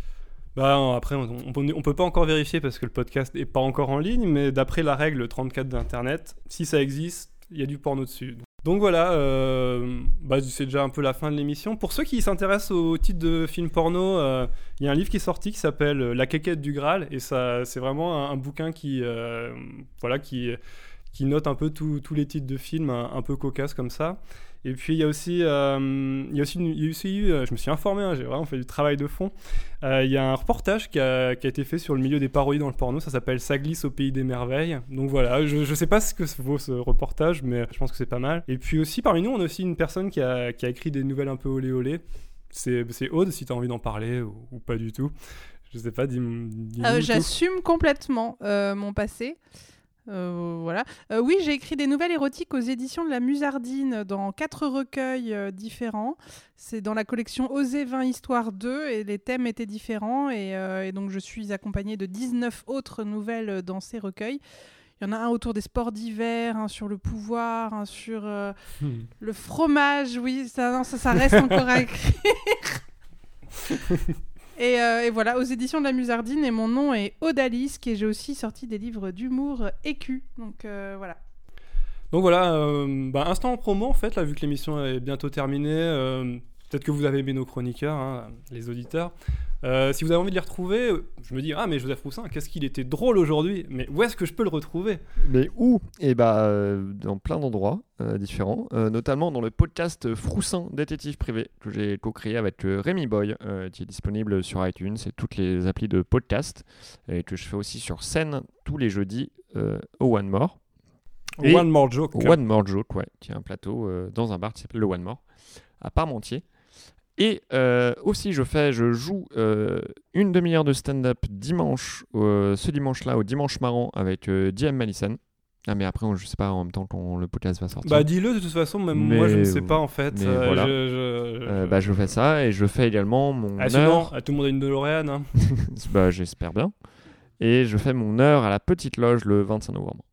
S1: Bah non, après, on, on peut- on peut pas encore vérifier parce que le podcast n'est pas encore en ligne, mais d'après la règle 34 d'Internet, si ça existe, il y a du porno dessus. Donc voilà, euh, bah, c'est déjà un peu la fin de l'émission. Pour ceux qui s'intéressent au titre de film porno, euh, il y a un livre qui est sorti qui s'appelle euh, La quéquette du Graal, et ça, c'est vraiment un, un bouquin qui, euh, voilà, qui, qui note un peu tous tous les titres de films un, un peu cocasses comme ça. Et puis il y a aussi, euh, il y a aussi, une- il y a aussi eu, euh, je me suis informé, hein, j'ai vraiment fait du travail de fond. Euh, Il y a un reportage qui a, qui a été fait sur le milieu des parodies dans le porno, ça s'appelle Ça glisse au pays des merveilles. Donc voilà, je ne sais pas ce que vaut ce reportage, mais je pense que c'est pas mal. Et puis aussi, parmi nous, on a aussi une personne qui a, qui a écrit des nouvelles un peu olé olé. C'est c'est Aude, si tu as envie d'en parler ou, ou pas du tout. Je sais pas, dis, dis
S5: Euh, J'assume complètement euh, mon passé. Euh, voilà. Euh, oui, j'ai écrit des nouvelles érotiques aux éditions de la Musardine dans quatre recueils euh, différents. C'est dans la collection Oser 20 Histoire 2 et les thèmes étaient différents. Et, euh, et donc, je suis accompagnée de 19 autres nouvelles euh, dans ces recueils. Il y en a un autour des sports d'hiver, un sur le pouvoir, un sur euh,
S1: Hmm.
S5: le fromage. Oui, ça, non, ça, ça reste encore à écrire. Et, euh, et voilà, aux éditions de la Musardine, et mon nom est Odalisque, et j'ai aussi sorti des livres d'humour euh, écu. Donc euh, voilà.
S1: Donc voilà, euh, bah, instant en promo en fait, là, vu que l'émission est bientôt terminée, euh, peut-être que vous avez aimé nos chroniqueurs, hein, les auditeurs. Euh, si vous avez envie de les retrouver, je me dis, ah mais Joseph Roussin, qu'est-ce qu'il était drôle aujourd'hui, mais où est-ce que je peux le retrouver
S3: Mais où Eh bah, euh, dans plein d'endroits euh, différents, euh, notamment dans le podcast Froussin Détective Privé que j'ai co-créé avec euh, Rémi Boy, euh, qui est disponible sur iTunes et toutes les applis de podcast, et que je fais aussi sur scène tous les jeudis euh, au One More. Et-
S1: One More Joke.
S3: au One More Joke, ouais, qui est un plateau euh, dans un bar qui s'appelle le One More, à Parmentier. Et euh, aussi, je fais, je joue euh, une demi-heure de stand-up dimanche, euh, ce dimanche-là, au dimanche marrant avec euh, DM Mallison. Ah, mais après, on- je sais pas en même temps quand le podcast va sortir.
S1: Bah dis-le de toute façon, même moi je ne
S3: Mais-
S1: sais pas en fait.
S3: mais
S1: Euh, je-
S3: voilà.
S1: je-
S3: Euh, bah, je fais ça et je fais également mon
S1: Ah, sinon,
S3: heure.
S1: à tout le monde a une DeLorean. hein.
S3: Bah, j'espère bien. Et je fais mon heure à la petite loge le 25 novembre.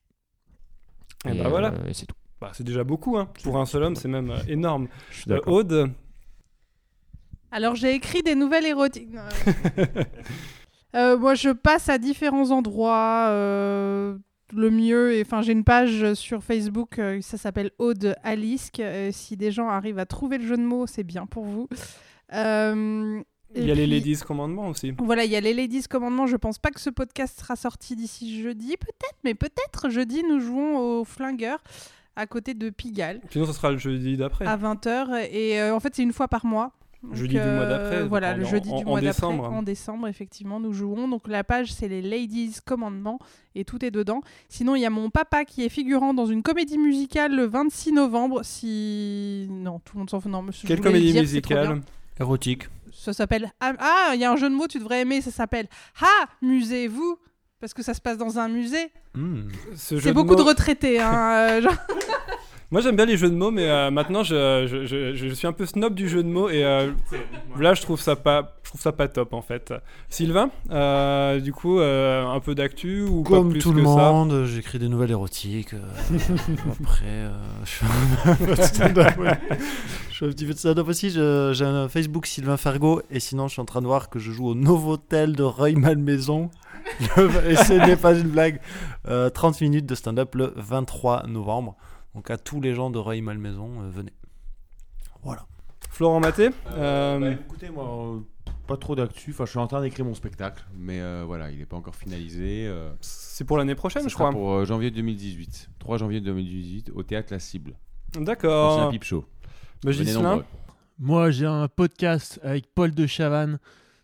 S1: Et bah, voilà.
S3: euh, et c'est tout.
S1: Bah, c'est déjà beaucoup, hein. pour un seul homme c'est même euh, énorme.
S3: Je suis
S1: Euh,
S3: d'accord.
S1: Aude,
S5: Alors j'ai écrit des nouvelles érotiques. Non, euh, euh, moi je passe à différents endroits. euh, le mieux, et- enfin j'ai une page sur Facebook, euh, ça s'appelle Aude Alisque. euh, si des gens arrivent à trouver le jeu de mots, c'est bien pour vous. Euh,
S1: il
S5: et
S1: y a les
S5: puis-
S1: Ladies Commandement aussi.
S5: Voilà, il y a les Ladies Commandement. Je pense pas que ce podcast sera sorti d'ici jeudi, peut-être, mais peut-être jeudi, nous jouons au Flingueur à côté de Pigalle
S1: Sinon, ce sera le jeudi d'après.
S5: à 20h. Et euh, en fait, c'est une fois par mois. Donc, euh,
S1: Jeudi du mois d'après, donc
S5: Voilà,
S1: en-
S5: le jeudi
S1: en-
S5: du
S1: en
S5: mois d'après.
S1: décembre.
S5: En décembre, effectivement, nous jouons. Donc la page, c'est les Ladies Commandement et tout est dedans. Sinon, il y a mon papa qui est figurant dans une comédie musicale le 26 novembre. Si. Non, tout le monde s'en fout. Non, mais je
S1: Quelle
S5: voulais le
S1: comédie
S5: dire, c'est trop bien.
S1: musicale
S2: Érotique.
S5: Ça s'appelle Ah, il y a un jeu de mots, tu devrais aimer, ça s'appelle Ah, musez-vous parce que ça se passe dans un musée.
S1: Hmm. Ce jeu
S5: C'est beaucoup de,
S1: mots-
S5: retraités hein, euh, genre.
S1: Moi j'aime bien les jeux de mots, mais euh, maintenant je, je- je- je suis un peu snob du jeu de mots et euh, là je trouve ça pas, je trouve ça pas top en fait. Sylvain, euh, du coup euh, un peu d'actu ou pas
S2: Comme
S1: plus
S2: tout le
S1: que ça
S2: monde, j'écris des nouvelles érotiques. euh, après, euh, je fais un stand-up, ouais. Je fais un petit peu de stand-up aussi. je- J'ai un Facebook Sylvain Fargo. Et sinon, je suis en train de voir que je joue au Novotel de Rueil-Malmaison. Le- et ce n'est pas une blague. Euh, 30 minutes de stand-up le 23 novembre. Donc à tous les gens de Rueil-Malmaison, euh, venez.
S1: Florent Maté
S4: Écoutez, moi, euh, pas trop d'actu. Enfin, je suis en train d'écrire mon spectacle, mais euh, voilà, il n'est pas encore finalisé. euh,
S1: C'est pour l'année prochaine, je crois.
S4: Pour euh, janvier 2018. 3 janvier 2018, au théâtre La Cible.
S1: D'accord.
S4: C'est un pipe show.
S1: Bah,
S4: Venez
S1: Ghislain
S4: nombreux.
S8: Moi, j'ai un podcast avec Paul de Chavannes.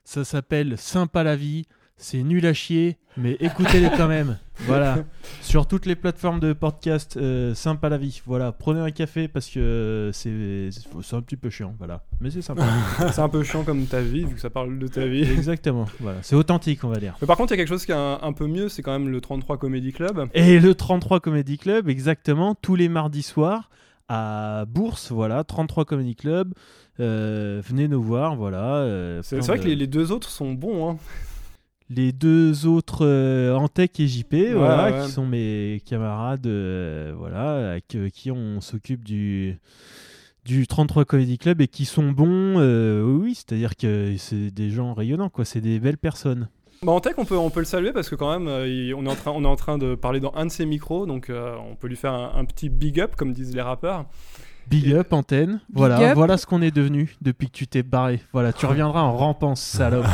S8: Ça s'appelle Sympa la vie. C'est nul à chier, mais écoutez-les quand même. Voilà. Sur toutes les plateformes de podcast, euh, Sympa la vie. Voilà. Prenez un café parce que euh, c'est c'est un petit peu chiant. Voilà. Mais c'est sympa.
S1: c'est un peu chiant comme ta vie, vu que ça parle de ta vie.
S8: Exactement. Voilà. C'est authentique, on va dire.
S1: Mais par contre, il y a quelque chose qui est un, un peu mieux, c'est quand même le 33 Comedy Club.
S8: Et le 33 Comedy Club, exactement, tous les mardis soirs à Bourse, voilà, 33 Comedy Club. Euh, venez nous voir, voilà. euh,
S1: C'est
S8: plein
S1: c'est vrai
S8: de-
S1: que les, les deux autres sont bons. hein.
S8: les deux autres euh, Antec et JP, voilà,
S1: ouais.
S8: qui sont mes camarades, euh, voilà, avec euh, qui on s'occupe du du 33 Comedy Club et qui sont bons, euh, oui, c'est-à-dire que c'est des gens rayonnants, quoi, c'est des belles personnes.
S1: Bah, en tech, on peut, on peut le saluer parce que quand même, euh, il- on, est en train, on est en train de parler dans un de ses micros, donc euh, on peut lui faire un, un petit big up, comme disent les rappeurs.
S8: Big up, antenne. Voilà,
S1: up.
S8: voilà ce qu'on est devenu depuis que tu t'es barré. Voilà, tu reviendras en rampant, salope.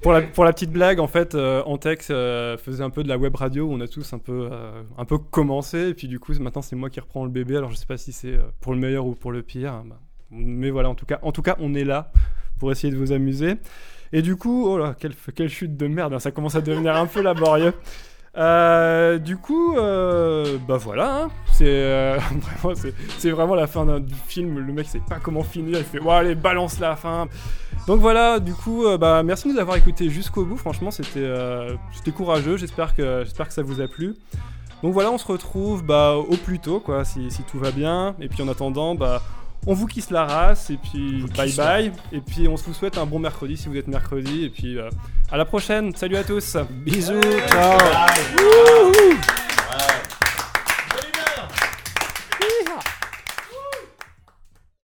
S1: Pour la, pour la petite blague, en fait, euh, Antex euh, faisait un peu de la web radio où on a tous un peu, euh, un peu commencé. Et puis du coup, maintenant, c'est moi qui reprends le bébé. Alors, je sais pas si c'est euh, pour le meilleur ou pour le pire. hein, bah. mais voilà, en tout, cas, en tout cas, on est là pour essayer de vous amuser. Et du coup, oh là, quelle, quelle chute de merde. hein, ça commence à devenir un peu laborieux. Euh, du coup, euh, bah voilà, hein, c'est euh, vraiment, c'est- c'est vraiment la fin d'un du film. Le mec sait pas comment finir, il fait ouais, allez, balance la fin. Donc voilà, du coup, euh, bah, merci de nous avoir écoutés jusqu'au bout. Franchement, c'était euh, c'était courageux. J'espère que, j'espère que ça vous a plu. Donc voilà, on se retrouve bah, au plus tôt, quoi, si, si tout va bien. Et puis en attendant, bah, on vous kiss la race. Et puis bye
S2: kiss la-
S1: bye. Et puis on vous souhaite un bon mercredi si vous êtes mercredi. Et puis euh, à la prochaine. Salut à tous.
S2: Bisous. Ciao.
S1: Wouhou